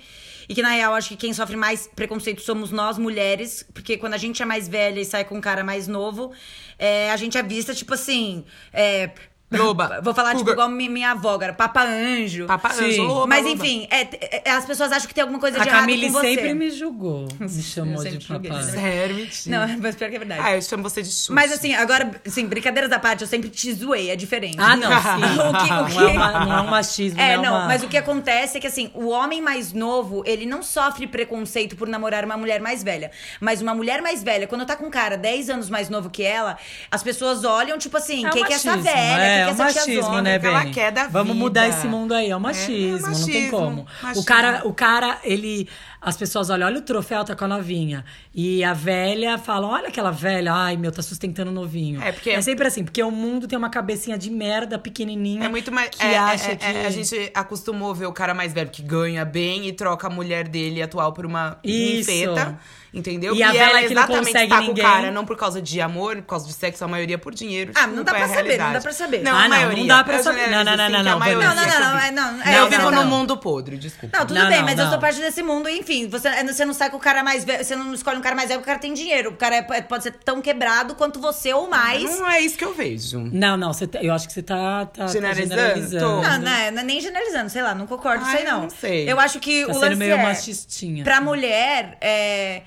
Speaker 2: E que, na real, acho que quem sofre mais preconceito somos nós, mulheres. Porque quando a gente é mais velha e sai com um cara mais novo, é, a gente é vista, tipo assim. é,
Speaker 1: Loba.
Speaker 2: Vou falar, tipo,
Speaker 1: Cougar.
Speaker 2: igual mi- minha avó, cara. Papa Anjo.
Speaker 1: Papa
Speaker 3: Sim.
Speaker 1: Anjo, loba,
Speaker 2: Mas,
Speaker 1: loba.
Speaker 2: enfim, é, é, as pessoas acham que tem alguma coisa
Speaker 3: A
Speaker 2: de errado
Speaker 3: Camille
Speaker 2: com você.
Speaker 3: sempre me julgou, me chamou
Speaker 2: sempre
Speaker 3: de
Speaker 2: julguei,
Speaker 3: papai.
Speaker 2: né?
Speaker 1: Sério, mentira.
Speaker 2: Não, mas pior que é verdade.
Speaker 1: Ah, eu chamo você de Xuxa.
Speaker 2: Mas assim, agora, assim, brincadeiras à parte, eu sempre te zoei, é diferente.
Speaker 3: Ah, não, sim.
Speaker 2: O que- o que-
Speaker 3: Não, é uma- não é um machismo,
Speaker 2: É,
Speaker 3: não é
Speaker 2: não,
Speaker 3: uma-
Speaker 2: mas o que acontece é que, assim, o homem mais novo, ele não sofre preconceito por namorar uma mulher mais velha. Mas uma mulher mais velha, quando tá com um cara 10 anos mais novo que ela, as pessoas olham, tipo assim,
Speaker 3: É um
Speaker 2: quem que é essa
Speaker 3: machismo,
Speaker 2: velha? quem que é
Speaker 3: é, um
Speaker 2: essa
Speaker 3: machismo,
Speaker 2: tiazona?
Speaker 3: né,
Speaker 1: que ela
Speaker 3: Beni?
Speaker 1: quer da
Speaker 3: Vamos
Speaker 1: vida.
Speaker 3: mudar esse mundo aí, é
Speaker 1: É, é
Speaker 3: um machismo, não tem
Speaker 1: machismo,
Speaker 3: como.
Speaker 1: machismo.
Speaker 3: O cara, o cara, ele, As pessoas olham, olha o troféu, tá com a novinha. E a velha fala, olha aquela velha, ai meu, tá sustentando o novinho.
Speaker 1: É, porque-
Speaker 3: É sempre assim, porque o mundo tem uma cabecinha de merda pequenininha.
Speaker 1: É muito mais.
Speaker 3: Hum. Que
Speaker 1: é, é,
Speaker 3: acha
Speaker 1: é,
Speaker 3: que.
Speaker 1: é, a gente acostumou ver o cara mais velho que ganha bem e troca a mulher dele atual por uma
Speaker 3: Isso.
Speaker 1: ninfeta. Entendeu?
Speaker 3: E a velha
Speaker 1: ela
Speaker 3: que não
Speaker 1: exatamente
Speaker 3: consegue
Speaker 1: tá
Speaker 3: ninguém.
Speaker 1: com o cara, não por causa de amor, por causa de sexo, a maioria por dinheiro.
Speaker 2: Ah, não
Speaker 1: Desculpa,
Speaker 2: dá pra
Speaker 1: é a
Speaker 2: saber, não
Speaker 1: realidade.
Speaker 2: dá pra saber.
Speaker 1: Não,
Speaker 3: Ah,
Speaker 1: a
Speaker 3: não, não
Speaker 1: maioria.
Speaker 3: dá pra
Speaker 1: Eu
Speaker 3: saber.
Speaker 1: generalizo,
Speaker 3: Não, não,
Speaker 1: assim,
Speaker 3: não,
Speaker 1: que a
Speaker 3: não,
Speaker 1: maioria
Speaker 3: não,
Speaker 2: não,
Speaker 1: é
Speaker 2: não,
Speaker 1: assim.
Speaker 2: é, não, é,
Speaker 1: eu
Speaker 2: não,
Speaker 1: vivo
Speaker 2: não.
Speaker 1: num mundo podre, desculpa.
Speaker 2: Não, tudo
Speaker 3: Não,
Speaker 2: bem,
Speaker 3: não,
Speaker 2: mas eu
Speaker 3: não.
Speaker 2: sou parte desse mundo. e, Enfim, você, é, você não sai com o cara mais velho. Você não escolhe um cara mais velho porque o cara tem dinheiro. O cara é- pode ser tão quebrado quanto você ou mais. Não,
Speaker 1: Não é isso que eu vejo.
Speaker 3: Não, não, você tá- eu acho que você tá, tá- tá
Speaker 1: Generalizando?
Speaker 3: generalizando.
Speaker 1: Tô.
Speaker 2: não, é- não é nem generalizando, sei lá, não concordo,
Speaker 1: Ah,
Speaker 2: sei
Speaker 1: eu
Speaker 2: não.
Speaker 1: não sei.
Speaker 2: Eu acho que
Speaker 3: Tá
Speaker 2: o
Speaker 3: sendo
Speaker 2: lance
Speaker 3: meio né?
Speaker 2: é,
Speaker 3: machistinha.
Speaker 2: Pra mulher, é,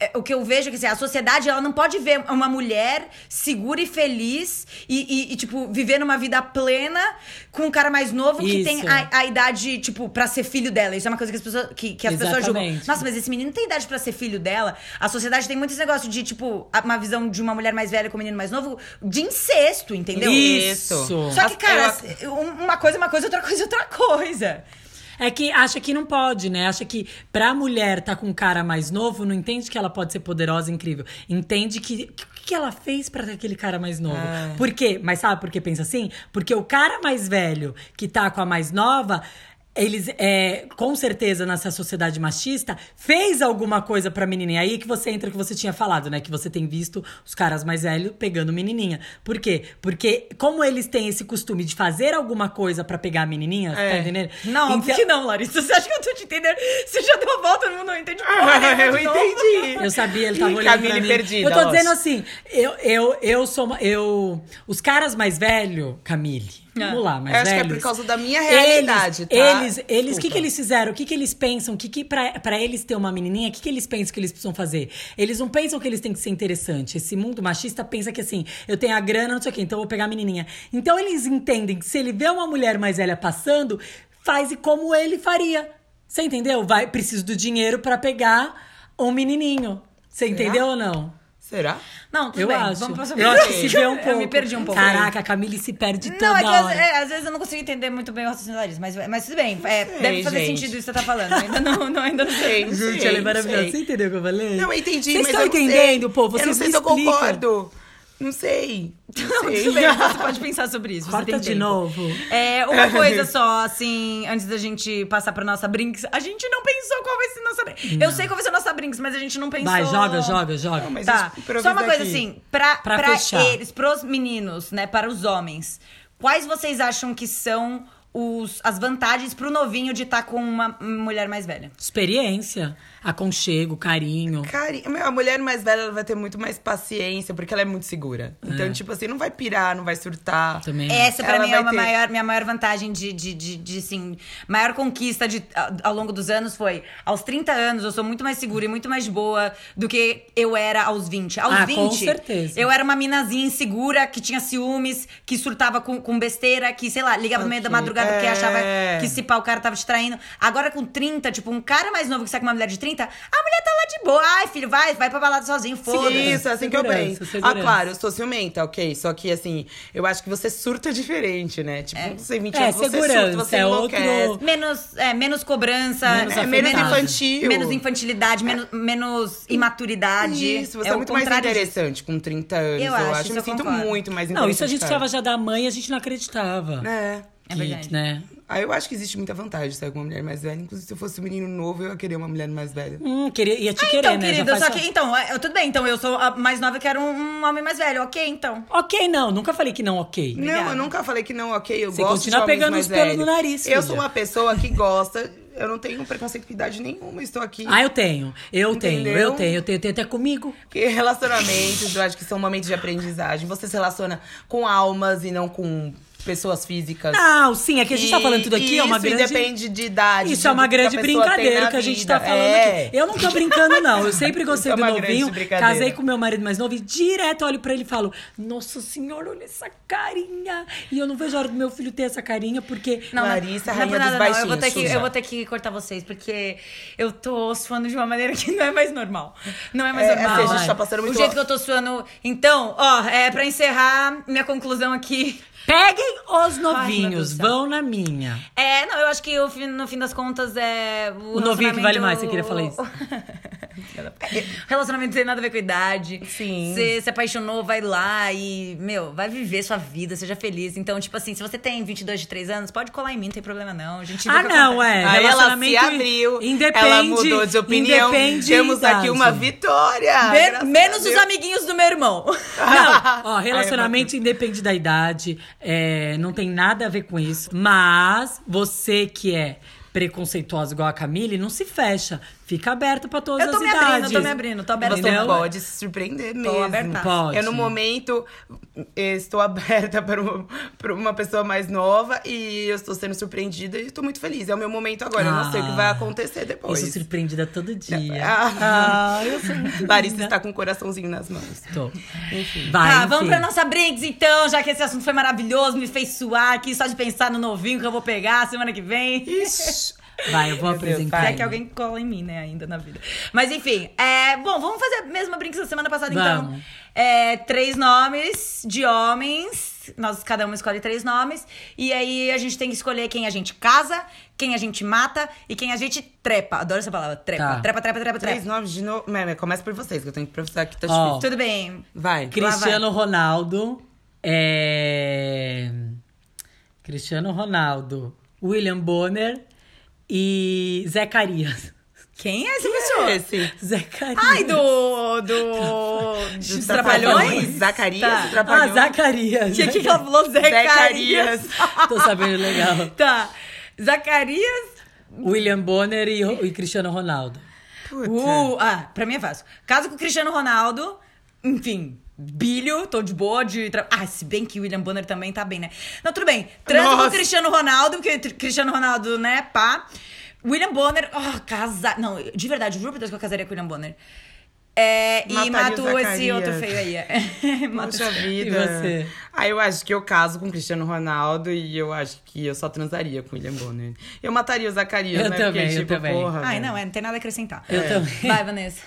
Speaker 2: é, o que eu vejo é que assim, a sociedade ela não pode ver uma mulher segura e feliz e, e- e, tipo, vivendo uma vida plena com um cara mais novo que
Speaker 3: Isso.
Speaker 2: tem a, a idade, tipo, pra ser filho dela. Isso é uma coisa que as pessoas, que, que as pessoas julgam.
Speaker 3: Exatamente.
Speaker 2: Nossa, mas esse menino não tem idade pra ser filho dela. A sociedade tem muito esse negócio de, tipo, a- uma visão de uma mulher mais velha com um menino mais novo de incesto, entendeu?
Speaker 3: Isso.
Speaker 2: Só que, cara,
Speaker 3: tá
Speaker 1: Eu-
Speaker 2: um- uma coisa é uma coisa, outra coisa é outra coisa.
Speaker 3: É que acha que não pode, né? Acha que pra mulher tá com um cara mais novo, não entende que ela pode ser poderosa e incrível. Entende que que- o que, ela fez pra ter aquele cara mais novo. Por quê? Mas sabe por que pensa assim? Porque o cara mais velho que tá com a mais nova. Eles, é, com certeza, nessa sociedade machista, fez alguma coisa pra menininha. Aí que você entra, que você tinha falado, né? Que você tem visto os caras mais velhos pegando menininha. Por quê? Porque como eles têm esse costume de fazer alguma coisa pra pegar a menininha, tá
Speaker 1: É.
Speaker 3: entendendo?
Speaker 2: Não, óbvio
Speaker 3: Então-
Speaker 2: que não, Larissa. Você acha que eu tô te entendendo? Você já deu a volta no mundo, não entende porra nenhuma
Speaker 1: Eu
Speaker 2: de novo.
Speaker 1: entendi.
Speaker 3: Eu sabia, ele tava
Speaker 1: Ih,
Speaker 3: olhando pra
Speaker 1: Camille
Speaker 3: mim.
Speaker 1: perdida,
Speaker 3: Eu tô
Speaker 1: lógico.
Speaker 3: dizendo assim, eu, eu, eu sou... uma- Eu, os caras mais velhos, Camille, vamos lá, mais
Speaker 1: Eu acho que é
Speaker 3: velhos...
Speaker 1: por causa da minha realidade,
Speaker 3: eles,
Speaker 1: tá?
Speaker 3: Eles, eles, o que
Speaker 1: Desculpa.
Speaker 3: que eles fizeram? O que que eles pensam? O que que pra, pra eles ter uma menininha, o que que eles pensam que eles precisam fazer? Eles não pensam que eles têm que ser interessante. Esse mundo machista pensa que assim, eu tenho a grana, não sei o quê, então eu vou pegar a menininha. Então eles entendem que se ele vê uma mulher mais velha passando, faz como ele faria. Você entendeu? Vai, preciso do dinheiro pra pegar um menininho. Você entendeu ou não?
Speaker 1: Será?
Speaker 2: Não, tudo
Speaker 3: Eu
Speaker 2: bem.
Speaker 3: acho.
Speaker 2: Vamos passar
Speaker 3: eu acho que se vê um pouco.
Speaker 2: Eu me perdi um pouco.
Speaker 3: Caraca, a Camille se perde toda
Speaker 2: Não, é que às,
Speaker 3: hora.
Speaker 2: é, às vezes eu não consigo entender muito bem o raciocínio da Larissa, mas, mas tudo bem. É,
Speaker 1: sei,
Speaker 2: deve fazer
Speaker 1: gente.
Speaker 2: sentido isso que você tá falando. Eu Ainda não, não, ainda não sei.
Speaker 1: Gente,
Speaker 3: Gente, ela é
Speaker 1: Sei,
Speaker 3: maravilhosa.
Speaker 1: sei.
Speaker 3: Você entendeu o que eu falei?
Speaker 1: Não, eu entendi,
Speaker 3: Vocês
Speaker 1: mas
Speaker 3: estão
Speaker 1: eu não
Speaker 3: entendendo,
Speaker 1: sei.
Speaker 3: pô? Vocês
Speaker 1: eu não sei
Speaker 3: me
Speaker 1: se eu
Speaker 3: explicam.
Speaker 1: concordo. Não sei. Não, sei.
Speaker 2: Tudo bem, você pode pensar sobre isso. você
Speaker 3: Corta
Speaker 2: tem
Speaker 3: de
Speaker 2: tempo.
Speaker 3: novo.
Speaker 2: É, uma coisa só, assim, antes da gente passar pra nossa Brinks, a gente não pensou qual vai ser nossa Brinks. Eu sei qual vai ser nossa Brinks, mas a gente não pensou.
Speaker 3: Vai, joga, joga, joga.
Speaker 1: Não, mas
Speaker 2: Tá.
Speaker 1: eu improviso
Speaker 2: Só uma coisa
Speaker 1: aqui.
Speaker 2: assim, pra, pra,
Speaker 3: Pra fechar.
Speaker 2: eles, pros meninos, né, para os homens, quais vocês acham que são os, as vantagens pro novinho de estar com uma mulher mais velha?
Speaker 3: Experiência, aconchego, carinho.
Speaker 1: Cara, meu, a mulher mais velha ela vai ter muito mais paciência, porque ela é muito segura. Então, tipo assim, não vai pirar, não vai surtar.
Speaker 3: Também. né?
Speaker 2: Essa pra
Speaker 1: Ela
Speaker 2: mim é
Speaker 1: vai
Speaker 2: uma
Speaker 1: ter-
Speaker 2: maior, minha maior vantagem de, de, de, de, assim, maior conquista de, a- ao longo dos anos foi aos 30 anos eu sou muito mais segura e muito mais boa do que eu era aos 20. Aos
Speaker 3: Ah,
Speaker 2: 20,
Speaker 3: com certeza.
Speaker 2: eu era uma minazinha insegura, que tinha ciúmes, que surtava com, com besteira, que, sei lá, ligava no meio da madrugada porque
Speaker 1: É.
Speaker 2: achava que se pá, o cara tava te traindo. Agora com 30, tipo, um cara mais novo que sai com uma mulher de 30, a mulher tá lá de boa. Ai, filho, vai, vai pra balada sozinho, foda-se.
Speaker 1: Isso, assim que eu
Speaker 3: Segurança,
Speaker 1: penso.
Speaker 3: segurança.
Speaker 1: Ah, claro, eu sou ciumenta, ok. Só que, assim, eu acho que você surta diferente, né? Tipo, quando você tem 20
Speaker 3: É,
Speaker 1: anos, você
Speaker 3: segurança,
Speaker 1: surta, você
Speaker 3: é
Speaker 1: enlouquece.
Speaker 3: outro-
Speaker 2: Menos, é, menos cobrança.
Speaker 3: Menos
Speaker 1: É menos
Speaker 3: afetado.
Speaker 1: infantil.
Speaker 2: Menos infantilidade, menos, menos imaturidade.
Speaker 1: Isso, você
Speaker 2: é
Speaker 1: é,
Speaker 2: o
Speaker 1: muito mais
Speaker 2: contrário disso.
Speaker 1: interessante com 30 anos,
Speaker 2: Eu
Speaker 1: eu,
Speaker 2: acho,
Speaker 1: acho.
Speaker 2: isso
Speaker 1: Eu me
Speaker 2: eu
Speaker 1: sinto
Speaker 2: concordo.
Speaker 1: muito mais
Speaker 3: Não, isso a gente
Speaker 1: estava
Speaker 3: ficava já da mãe e a gente não acreditava.
Speaker 1: É.
Speaker 2: É
Speaker 3: Que,
Speaker 2: verdade.
Speaker 3: né?
Speaker 1: Aí Ah, eu acho que existe muita vantagem de sair com uma mulher mais velha. Inclusive, se eu fosse um menino novo, eu ia querer uma mulher mais velha.
Speaker 3: Hum, queria, ia
Speaker 1: Ah,
Speaker 3: te querer,
Speaker 2: Então,
Speaker 3: né? Já
Speaker 2: querido,
Speaker 3: faz
Speaker 2: só que. Então, é, tudo bem, então eu sou a mais nova que era um, um homem mais velho. Ok, então.
Speaker 3: Ok, não. Nunca falei que não, ok.
Speaker 1: Não, eu nunca falei que não, ok, eu
Speaker 3: Você
Speaker 1: gosto
Speaker 3: continua
Speaker 1: de homens
Speaker 3: pegando
Speaker 1: mais
Speaker 3: os pelos
Speaker 1: velhos.
Speaker 3: do nariz,
Speaker 1: Eu
Speaker 3: filha.
Speaker 1: sou uma pessoa que gosta, eu não tenho preconceito com idade nenhuma, estou aqui.
Speaker 3: Ah, eu tenho. Eu tenho, eu
Speaker 1: Entendeu?
Speaker 3: tenho, eu tenho, eu tenho até comigo.
Speaker 1: Porque relacionamentos, eu acho que são momentos de aprendizagem. Você se relaciona com almas e não com pessoas físicas.
Speaker 3: Não, sim, é que a gente tá
Speaker 1: E-
Speaker 3: falando tudo aqui,
Speaker 1: e
Speaker 3: é uma
Speaker 1: isso
Speaker 3: grande.
Speaker 1: depende de idade.
Speaker 3: Isso é uma grande brincadeira que a gente tá falando
Speaker 1: É.
Speaker 2: É.
Speaker 3: aqui. Eu não tô brincando, não. Eu sempre gostei
Speaker 1: Isso é
Speaker 3: do
Speaker 1: uma grande
Speaker 3: novinho.
Speaker 1: brincadeira.
Speaker 3: Casei com meu marido mais novo e direto olho pra ele e falo: Nossa senhora, olha essa carinha. E eu não vejo a hora do meu filho ter essa carinha, porque.
Speaker 2: Não,
Speaker 1: Larissa,
Speaker 2: não, é
Speaker 1: rainha dos
Speaker 2: não, não, não, eu vou,
Speaker 1: baixinhos,
Speaker 2: ter que,
Speaker 1: Suja.
Speaker 2: eu vou ter que cortar vocês, porque eu tô suando de uma maneira que não é mais normal. Não é mais
Speaker 1: É, é
Speaker 2: normal.
Speaker 1: assim, a gente tá
Speaker 2: vai.
Speaker 1: passando muito-
Speaker 2: O jeito que eu tô suando. Então, ó, é pra encerrar minha conclusão aqui.
Speaker 3: Peguem os
Speaker 2: Ai, meu Deus
Speaker 3: novinhos,
Speaker 2: do céu.
Speaker 3: vão na minha.
Speaker 2: É, não, eu acho que o fi- no fim das contas é. O,
Speaker 3: O novinho que vale
Speaker 2: relacionamento-
Speaker 3: mais, você queria falar isso.
Speaker 2: O relacionamento tem nada a ver com a idade.
Speaker 1: Sim.
Speaker 2: Você se apaixonou, vai lá e, meu, vai viver sua vida, seja feliz. Então, tipo assim, se você tem 22 de 3 anos, pode colar em mim, não tem problema não. A gente
Speaker 3: Ah,
Speaker 2: nunca
Speaker 3: não,
Speaker 2: acontece.
Speaker 1: Aí
Speaker 3: é.
Speaker 1: ela se
Speaker 3: relacionamento
Speaker 1: abriu,
Speaker 3: independe-
Speaker 1: ela mudou de opinião.
Speaker 3: independe
Speaker 1: Temos
Speaker 3: idade.
Speaker 1: aqui uma vitória.
Speaker 2: Men-
Speaker 1: graças a
Speaker 2: menos os
Speaker 1: Deus.
Speaker 2: amiguinhos do meu irmão.
Speaker 3: Não, ó,
Speaker 1: Aí é
Speaker 3: relacionamento independe da idade, é, não tem nada a ver com isso. Mas você que é preconceituosa igual a Camille, não se fecha. Fica aberto pra todas
Speaker 2: Eu tô
Speaker 3: as
Speaker 2: me
Speaker 3: idades.
Speaker 2: abrindo, tô me abrindo, tô aberta.
Speaker 1: Você
Speaker 3: Entendeu?
Speaker 1: pode se surpreender mesmo.
Speaker 2: aberta.
Speaker 3: Pode.
Speaker 1: Eu, no momento, eh, estou aberta para uma, para uma pessoa mais nova e eu estou sendo surpreendida e estou muito feliz. É o meu momento agora. eu não sei o que vai
Speaker 3: Ah,
Speaker 1: acontecer
Speaker 3: Eu
Speaker 1: depois.
Speaker 3: sou surpreendida todo dia.
Speaker 1: Ah.
Speaker 3: eu sou muito
Speaker 1: Larissa
Speaker 3: linda.
Speaker 1: está com o coraçãozinho nas mãos.
Speaker 3: Tô.
Speaker 2: Tá,
Speaker 3: Vai,
Speaker 2: vamos
Speaker 3: Ah, enfim.
Speaker 2: pra nossa Brinks então, já que esse assunto foi maravilhoso, me fez suar aqui só de pensar no novinho que eu vou pegar semana que vem.
Speaker 1: Ixi.
Speaker 3: Vai, eu vou
Speaker 1: Meu Deus,
Speaker 3: apresentar.
Speaker 2: Se é
Speaker 1: vai.
Speaker 2: que alguém cola em mim, né, ainda na vida. Mas enfim, é, bom, vamos fazer a mesma brinca da semana passada, então.
Speaker 3: Vamos.
Speaker 2: É, três nomes de homens. Nós cada uma escolhe três nomes. E aí a gente tem que escolher quem a gente casa, quem a gente mata e quem a gente trepa. Adoro essa palavra, trepa.
Speaker 3: Tá.
Speaker 2: Trepa, trepa, trepa, trepa.
Speaker 1: Três nomes de novo. Meme, Começa por vocês, que eu tenho que improvisar que tá
Speaker 3: Ó.
Speaker 1: difícil.
Speaker 2: Tudo bem.
Speaker 1: Vai.
Speaker 3: Cristiano Ronaldo. É... Cristiano Ronaldo. William Bonner e Zecarias.
Speaker 2: Quem é essa
Speaker 1: Quem
Speaker 2: pessoa?
Speaker 1: é esse?
Speaker 3: Zacarias.
Speaker 2: Ai, do. do.
Speaker 1: Dos
Speaker 2: Dos trapalhões?
Speaker 1: Zacarias?
Speaker 2: Tá.
Speaker 1: Dos
Speaker 3: Ah,
Speaker 1: Trapalhões?
Speaker 3: Zacarias.
Speaker 2: Tinha que ela falou Zacarias.
Speaker 1: Zacarias.
Speaker 3: Tô sabendo legal.
Speaker 2: Tá. Zacarias.
Speaker 3: William Bonner e, e Cristiano Ronaldo.
Speaker 1: Puta.
Speaker 2: Uh, ah, pra mim é fácil. Caso com o Cristiano Ronaldo, enfim, bilho, tô de boa de. Tra... Ah, se bem que o William Bonner também tá bem, né? Não, tudo bem. Transo com o
Speaker 1: Nossa.
Speaker 2: Cristiano Ronaldo, porque tr- Cristiano Ronaldo, né, pá. William Bonner, oh, casar. Não, de verdade, juro por Deus que eu casaria com o William Bonner. É, e
Speaker 1: Mataria
Speaker 2: mato
Speaker 1: o
Speaker 2: esse
Speaker 1: Zacarias.
Speaker 2: outro feio aí. é. Mato-
Speaker 1: Puxa vida.
Speaker 3: E você?
Speaker 1: Ah, eu acho que eu caso com o Cristiano Ronaldo e eu acho que eu só transaria com o William Bonner. Eu mataria o Zacarias,
Speaker 3: Eu
Speaker 1: né?
Speaker 3: também, eu
Speaker 1: Porque, tipo,
Speaker 3: também.
Speaker 1: porra.
Speaker 2: Ai,
Speaker 1: velho.
Speaker 2: não, é, não tem nada a acrescentar.
Speaker 3: Eu também.
Speaker 2: Vai, Vanessa.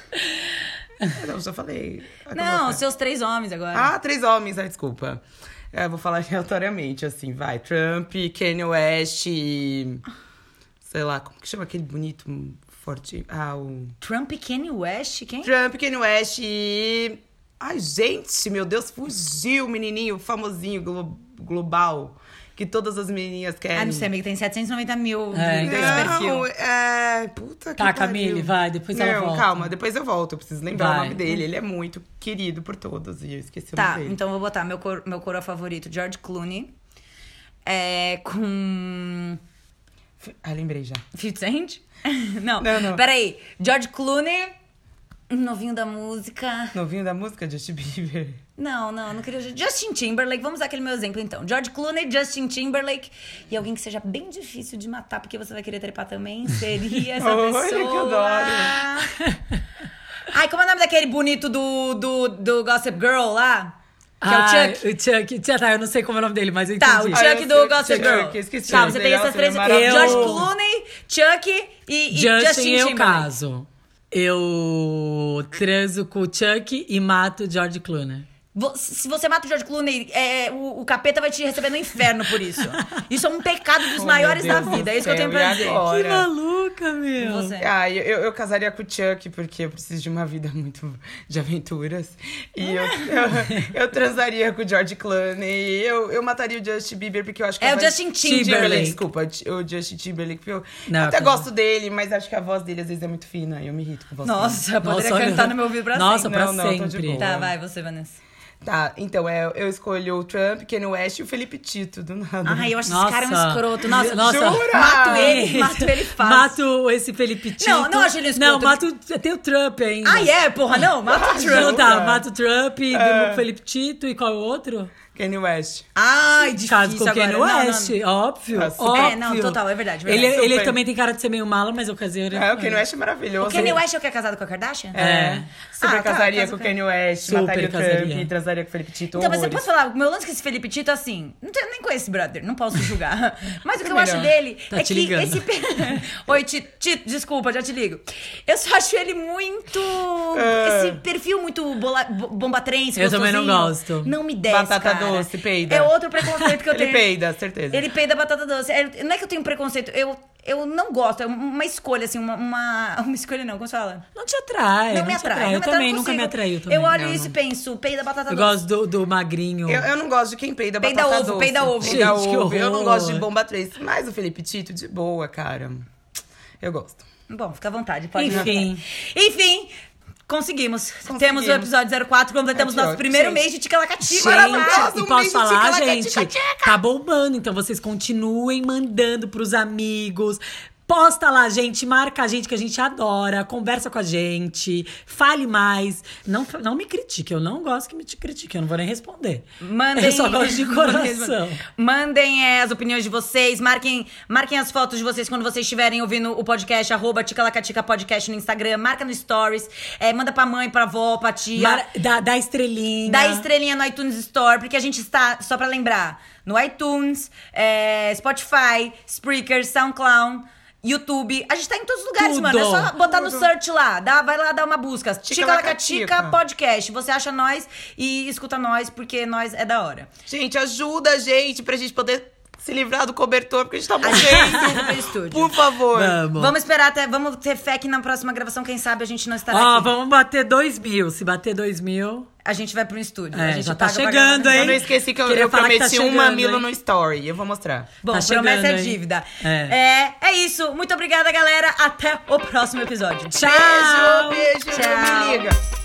Speaker 2: é,
Speaker 1: Não, eu já falei. Vai
Speaker 2: Não,
Speaker 1: colocar.
Speaker 2: seus três homens agora.
Speaker 1: Ah, três homens, ah, desculpa. É, vou falar aleatoriamente, assim, vai. Trump, Kanye West e... Sei lá, como que chama aquele bonito, forte... Ah, o...
Speaker 2: Trump e Kanye West, quem?
Speaker 1: Trump, Kanye West e... Ai, gente, meu Deus, fugiu o menininho famosinho glo- global que todas as menininhas querem.
Speaker 2: Ah, não sei, amiga, tem 790 mil
Speaker 3: É,
Speaker 2: de-
Speaker 3: então.
Speaker 2: desse perfil.
Speaker 1: Não, é... Puta que
Speaker 3: Tá,
Speaker 1: pariu.
Speaker 3: Camille, vai, depois
Speaker 1: não,
Speaker 3: ela volta.
Speaker 1: calma, depois eu volto. Eu preciso lembrar o
Speaker 3: Vai.
Speaker 1: nome dele. Ele é muito querido por todos e eu esqueci o
Speaker 2: Tá,
Speaker 1: nome dele.
Speaker 2: então eu vou botar meu, cor, meu coroa favorito, George Clooney. É, com. então-
Speaker 1: Ah, lembrei já.
Speaker 2: 50 Cent? não.
Speaker 1: Não, não.
Speaker 2: Peraí. George Clooney, um novinho da música.
Speaker 1: Novinho da música, Justin Bieber.
Speaker 2: Não, não, não queria. Justin Timberlake, vamos usar aquele meu exemplo então. George Clooney, Justin Timberlake e alguém que seja bem difícil de matar, porque você vai querer trepar também. Seria essa
Speaker 1: Olha, que
Speaker 2: pessoa.
Speaker 1: adoro.
Speaker 2: Ai, como é o nome daquele bonito do, do, do Gossip Girl lá? Que é o Chuck.
Speaker 3: Ai, o Chuck. Tia, tá, eu não sei como é o nome dele, mas eu entendi.
Speaker 2: Tá, o
Speaker 1: Ah,
Speaker 2: Chuck
Speaker 1: eu sei
Speaker 2: do
Speaker 1: o
Speaker 2: Gossip
Speaker 1: Chuck,
Speaker 2: Girl.
Speaker 1: que esqueci
Speaker 2: tá,
Speaker 1: o
Speaker 2: você
Speaker 1: nome
Speaker 2: tem
Speaker 1: dele,
Speaker 2: essas
Speaker 1: nossa,
Speaker 2: três.
Speaker 1: ele é
Speaker 2: George
Speaker 3: maravilhoso.
Speaker 2: Clooney, Chuck e, e
Speaker 3: Justin,
Speaker 2: Justin,
Speaker 3: eu
Speaker 2: Timberlake.
Speaker 3: caso. Eu transo com o Chuck e mato o George Clooney.
Speaker 2: Vo- Se você mata o George Clooney, é, o, o capeta vai te receber no inferno por isso. Isso é um pecado dos
Speaker 1: Oh,
Speaker 2: maiores
Speaker 1: meu
Speaker 2: da
Speaker 1: Deus do
Speaker 2: vida. É isso que eu tenho
Speaker 1: céu,
Speaker 2: pra
Speaker 1: e
Speaker 2: dizer.
Speaker 1: agora?
Speaker 3: Que
Speaker 1: Ora.
Speaker 3: maluca, meu.
Speaker 2: Você.
Speaker 1: Ah, eu- eu, eu casaria com o Chuck, porque eu preciso de uma vida muito de aventuras. E eu, eu, eu transaria com o George Clooney. Eu, eu mataria o Justin Bieber, porque eu acho que
Speaker 2: É
Speaker 1: a
Speaker 2: o
Speaker 1: voz-
Speaker 2: Justin Timberlake.
Speaker 1: Desculpa, o Justin Timberlake. porque Eu
Speaker 3: Não,
Speaker 1: até
Speaker 3: tá.
Speaker 1: gosto dele, mas acho que a voz dele às vezes é muito fina. e Eu me irrito com a voz dele.
Speaker 2: Nossa, poderia
Speaker 3: olha-
Speaker 2: cantar no meu ouvido pra
Speaker 3: Nossa,
Speaker 2: sempre.
Speaker 3: pra
Speaker 1: Não, não, tô de
Speaker 3: sempre.
Speaker 1: boa.
Speaker 2: Tá, vai, você, Vanessa.
Speaker 1: Tá, então é, eu escolho o Trump, Kanye West e o Felipe Tito, do nada.
Speaker 2: Ai, eu acho
Speaker 3: Nossa.
Speaker 2: esse cara um escroto. Nossa,
Speaker 3: Nossa.
Speaker 1: Uhum. Jura?
Speaker 2: mato ele, mato ele fácil.
Speaker 3: Mato esse Felipe Tito.
Speaker 2: Não, não acho ele escroto.
Speaker 3: Não, mato... Tem o Trump ainda.
Speaker 2: Ah, é? Porra, não, mato o
Speaker 3: Não,
Speaker 2: Trump.
Speaker 3: tá, mato o Trump, durmo com o Felipe Tito e qual é o outro?
Speaker 1: Kanye West.
Speaker 2: Ah, Ai, difícil
Speaker 3: Caso com o
Speaker 2: agora.
Speaker 3: Kanye
Speaker 2: Não, não,
Speaker 3: West, óbvio,
Speaker 1: Ah, super.
Speaker 3: óbvio.
Speaker 2: É, não, total, é verdade, verdade.
Speaker 3: Ele, ele
Speaker 1: Super.
Speaker 3: também tem cara de ser meio mala, mas né? ocasiona...
Speaker 1: É, o Kanye West é maravilhoso.
Speaker 2: O Kanye West é o que é casado com a Kardashian?
Speaker 1: É. Super
Speaker 2: Ah, tá,
Speaker 1: casaria
Speaker 2: caso
Speaker 1: com o
Speaker 2: com-
Speaker 1: Kanye West,
Speaker 3: Super
Speaker 1: mataria o Trump,
Speaker 3: casaria.
Speaker 1: e transaria com o Felipe Tito.
Speaker 2: Então, mas eu
Speaker 1: horrores.
Speaker 2: posso falar, o meu lance com esse Felipe Tito, assim, não tenho, nem conheço esse brother, não posso julgar. Mas o que eu
Speaker 1: melhor.
Speaker 2: acho dele
Speaker 3: Tá
Speaker 2: é
Speaker 3: te
Speaker 2: que
Speaker 3: ligando.
Speaker 2: esse. pe- Oi, Tito, Tito, desculpa, já te ligo. Eu só acho ele muito. Esse perfil muito bola... bo- bomba trem,
Speaker 3: É. Eu também não gosto.
Speaker 2: Não me desce.
Speaker 1: Batata
Speaker 2: cara.
Speaker 1: doce, peida.
Speaker 2: É outro preconceito que eu
Speaker 1: Ele
Speaker 2: tenho.
Speaker 1: peida, certeza.
Speaker 2: Ele peida batata doce. É, não é que eu tenho preconceito, eu, eu não gosto. É uma escolha, assim, uma, uma, uma escolha não, como se fala?
Speaker 3: É, Não te atrai.
Speaker 2: não me atrai.
Speaker 3: Eu
Speaker 2: não me atrai,
Speaker 3: também,
Speaker 2: não
Speaker 3: nunca me
Speaker 2: consigo.
Speaker 3: atraiu também.
Speaker 2: Eu olho
Speaker 1: Não,
Speaker 2: isso e penso, peida batata
Speaker 3: Eu
Speaker 2: doce.
Speaker 3: gosto do, do magrinho.
Speaker 1: Eu, eu não gosto de quem peida,
Speaker 2: Peida
Speaker 1: batata
Speaker 2: ovo,
Speaker 1: doce.
Speaker 2: peida ovo.
Speaker 1: Peida
Speaker 3: Gente, que
Speaker 1: ovo. Eu não
Speaker 3: horror.
Speaker 1: gosto de bomba 3. Mas o Felipe Tito, de boa, cara. Eu gosto.
Speaker 2: Bom, fica à vontade, pode
Speaker 3: Enfim.
Speaker 2: ficar. Enfim, conseguimos. Temos o episódio 04, completamos
Speaker 1: É que
Speaker 2: nosso
Speaker 1: ótimo.
Speaker 2: primeiro
Speaker 1: Gente.
Speaker 2: mês de Ticalacati. Maravilhoso!
Speaker 3: Gente,
Speaker 1: um
Speaker 3: e posso
Speaker 1: beijo,
Speaker 3: falar,
Speaker 1: tica,
Speaker 3: gente? Tá bombando, então vocês continuem mandando pros amigos. Posta lá, gente, marca a gente que a gente adora, conversa com a gente, fale mais. Não, fa- não me critique, eu não gosto que me te critique, eu não vou nem responder.
Speaker 2: Mandem,
Speaker 3: Eu só gosto de coração.
Speaker 2: Mandem é, as opiniões de vocês, marquem, marquem as fotos de vocês quando vocês estiverem ouvindo o podcast, arroba Ticalacatica Podcast no Instagram, marca no Stories, é, manda pra mãe, pra avó, pra tia.
Speaker 3: Mar- dá, dá estrelinha.
Speaker 2: Dá estrelinha no iTunes Store, porque a gente está, só pra lembrar, no iTunes, é, Spotify, Spreaker, SoundCloud, YouTube. A gente tá em todos os lugares,
Speaker 3: Tudo.
Speaker 2: mano. É só botar no
Speaker 1: Tudo.
Speaker 2: search lá. Dá, vai lá dar uma busca.
Speaker 1: Ticalacatica.
Speaker 2: Ticalacatica Podcast. Você acha nós e escuta nós, porque nós é da hora.
Speaker 1: Gente, ajuda a gente pra gente poder se livrar do cobertor, porque a gente tá
Speaker 2: A gente tá
Speaker 1: morrendo.
Speaker 2: indo pro estúdio.
Speaker 1: Por favor.
Speaker 3: Vamos.
Speaker 2: Vamos esperar até. Vamos ter fé que na próxima gravação, quem sabe, a gente não estará
Speaker 3: Ó,
Speaker 2: aqui.
Speaker 3: vamos bater dois mil. Se bater dois mil.
Speaker 2: A gente vai pro estúdio.
Speaker 3: É,
Speaker 2: a gente
Speaker 3: já tá
Speaker 2: paga pra
Speaker 3: chegando,
Speaker 2: gravar.
Speaker 1: Eu
Speaker 3: hein?
Speaker 1: não esqueci que eu,
Speaker 3: Queria
Speaker 1: eu
Speaker 3: falar que tá
Speaker 1: prometi um
Speaker 3: chegando,
Speaker 1: mamilo
Speaker 3: hein?
Speaker 1: no story. Eu vou mostrar.
Speaker 2: Bom,
Speaker 3: Tá chegando,
Speaker 2: promessa é
Speaker 3: hein?
Speaker 2: dívida. É.
Speaker 3: É.
Speaker 2: é isso. Muito obrigada, galera. Até o próximo episódio.
Speaker 3: Tchau!
Speaker 1: Beijo, beijo.
Speaker 2: Tchau.
Speaker 1: Me liga.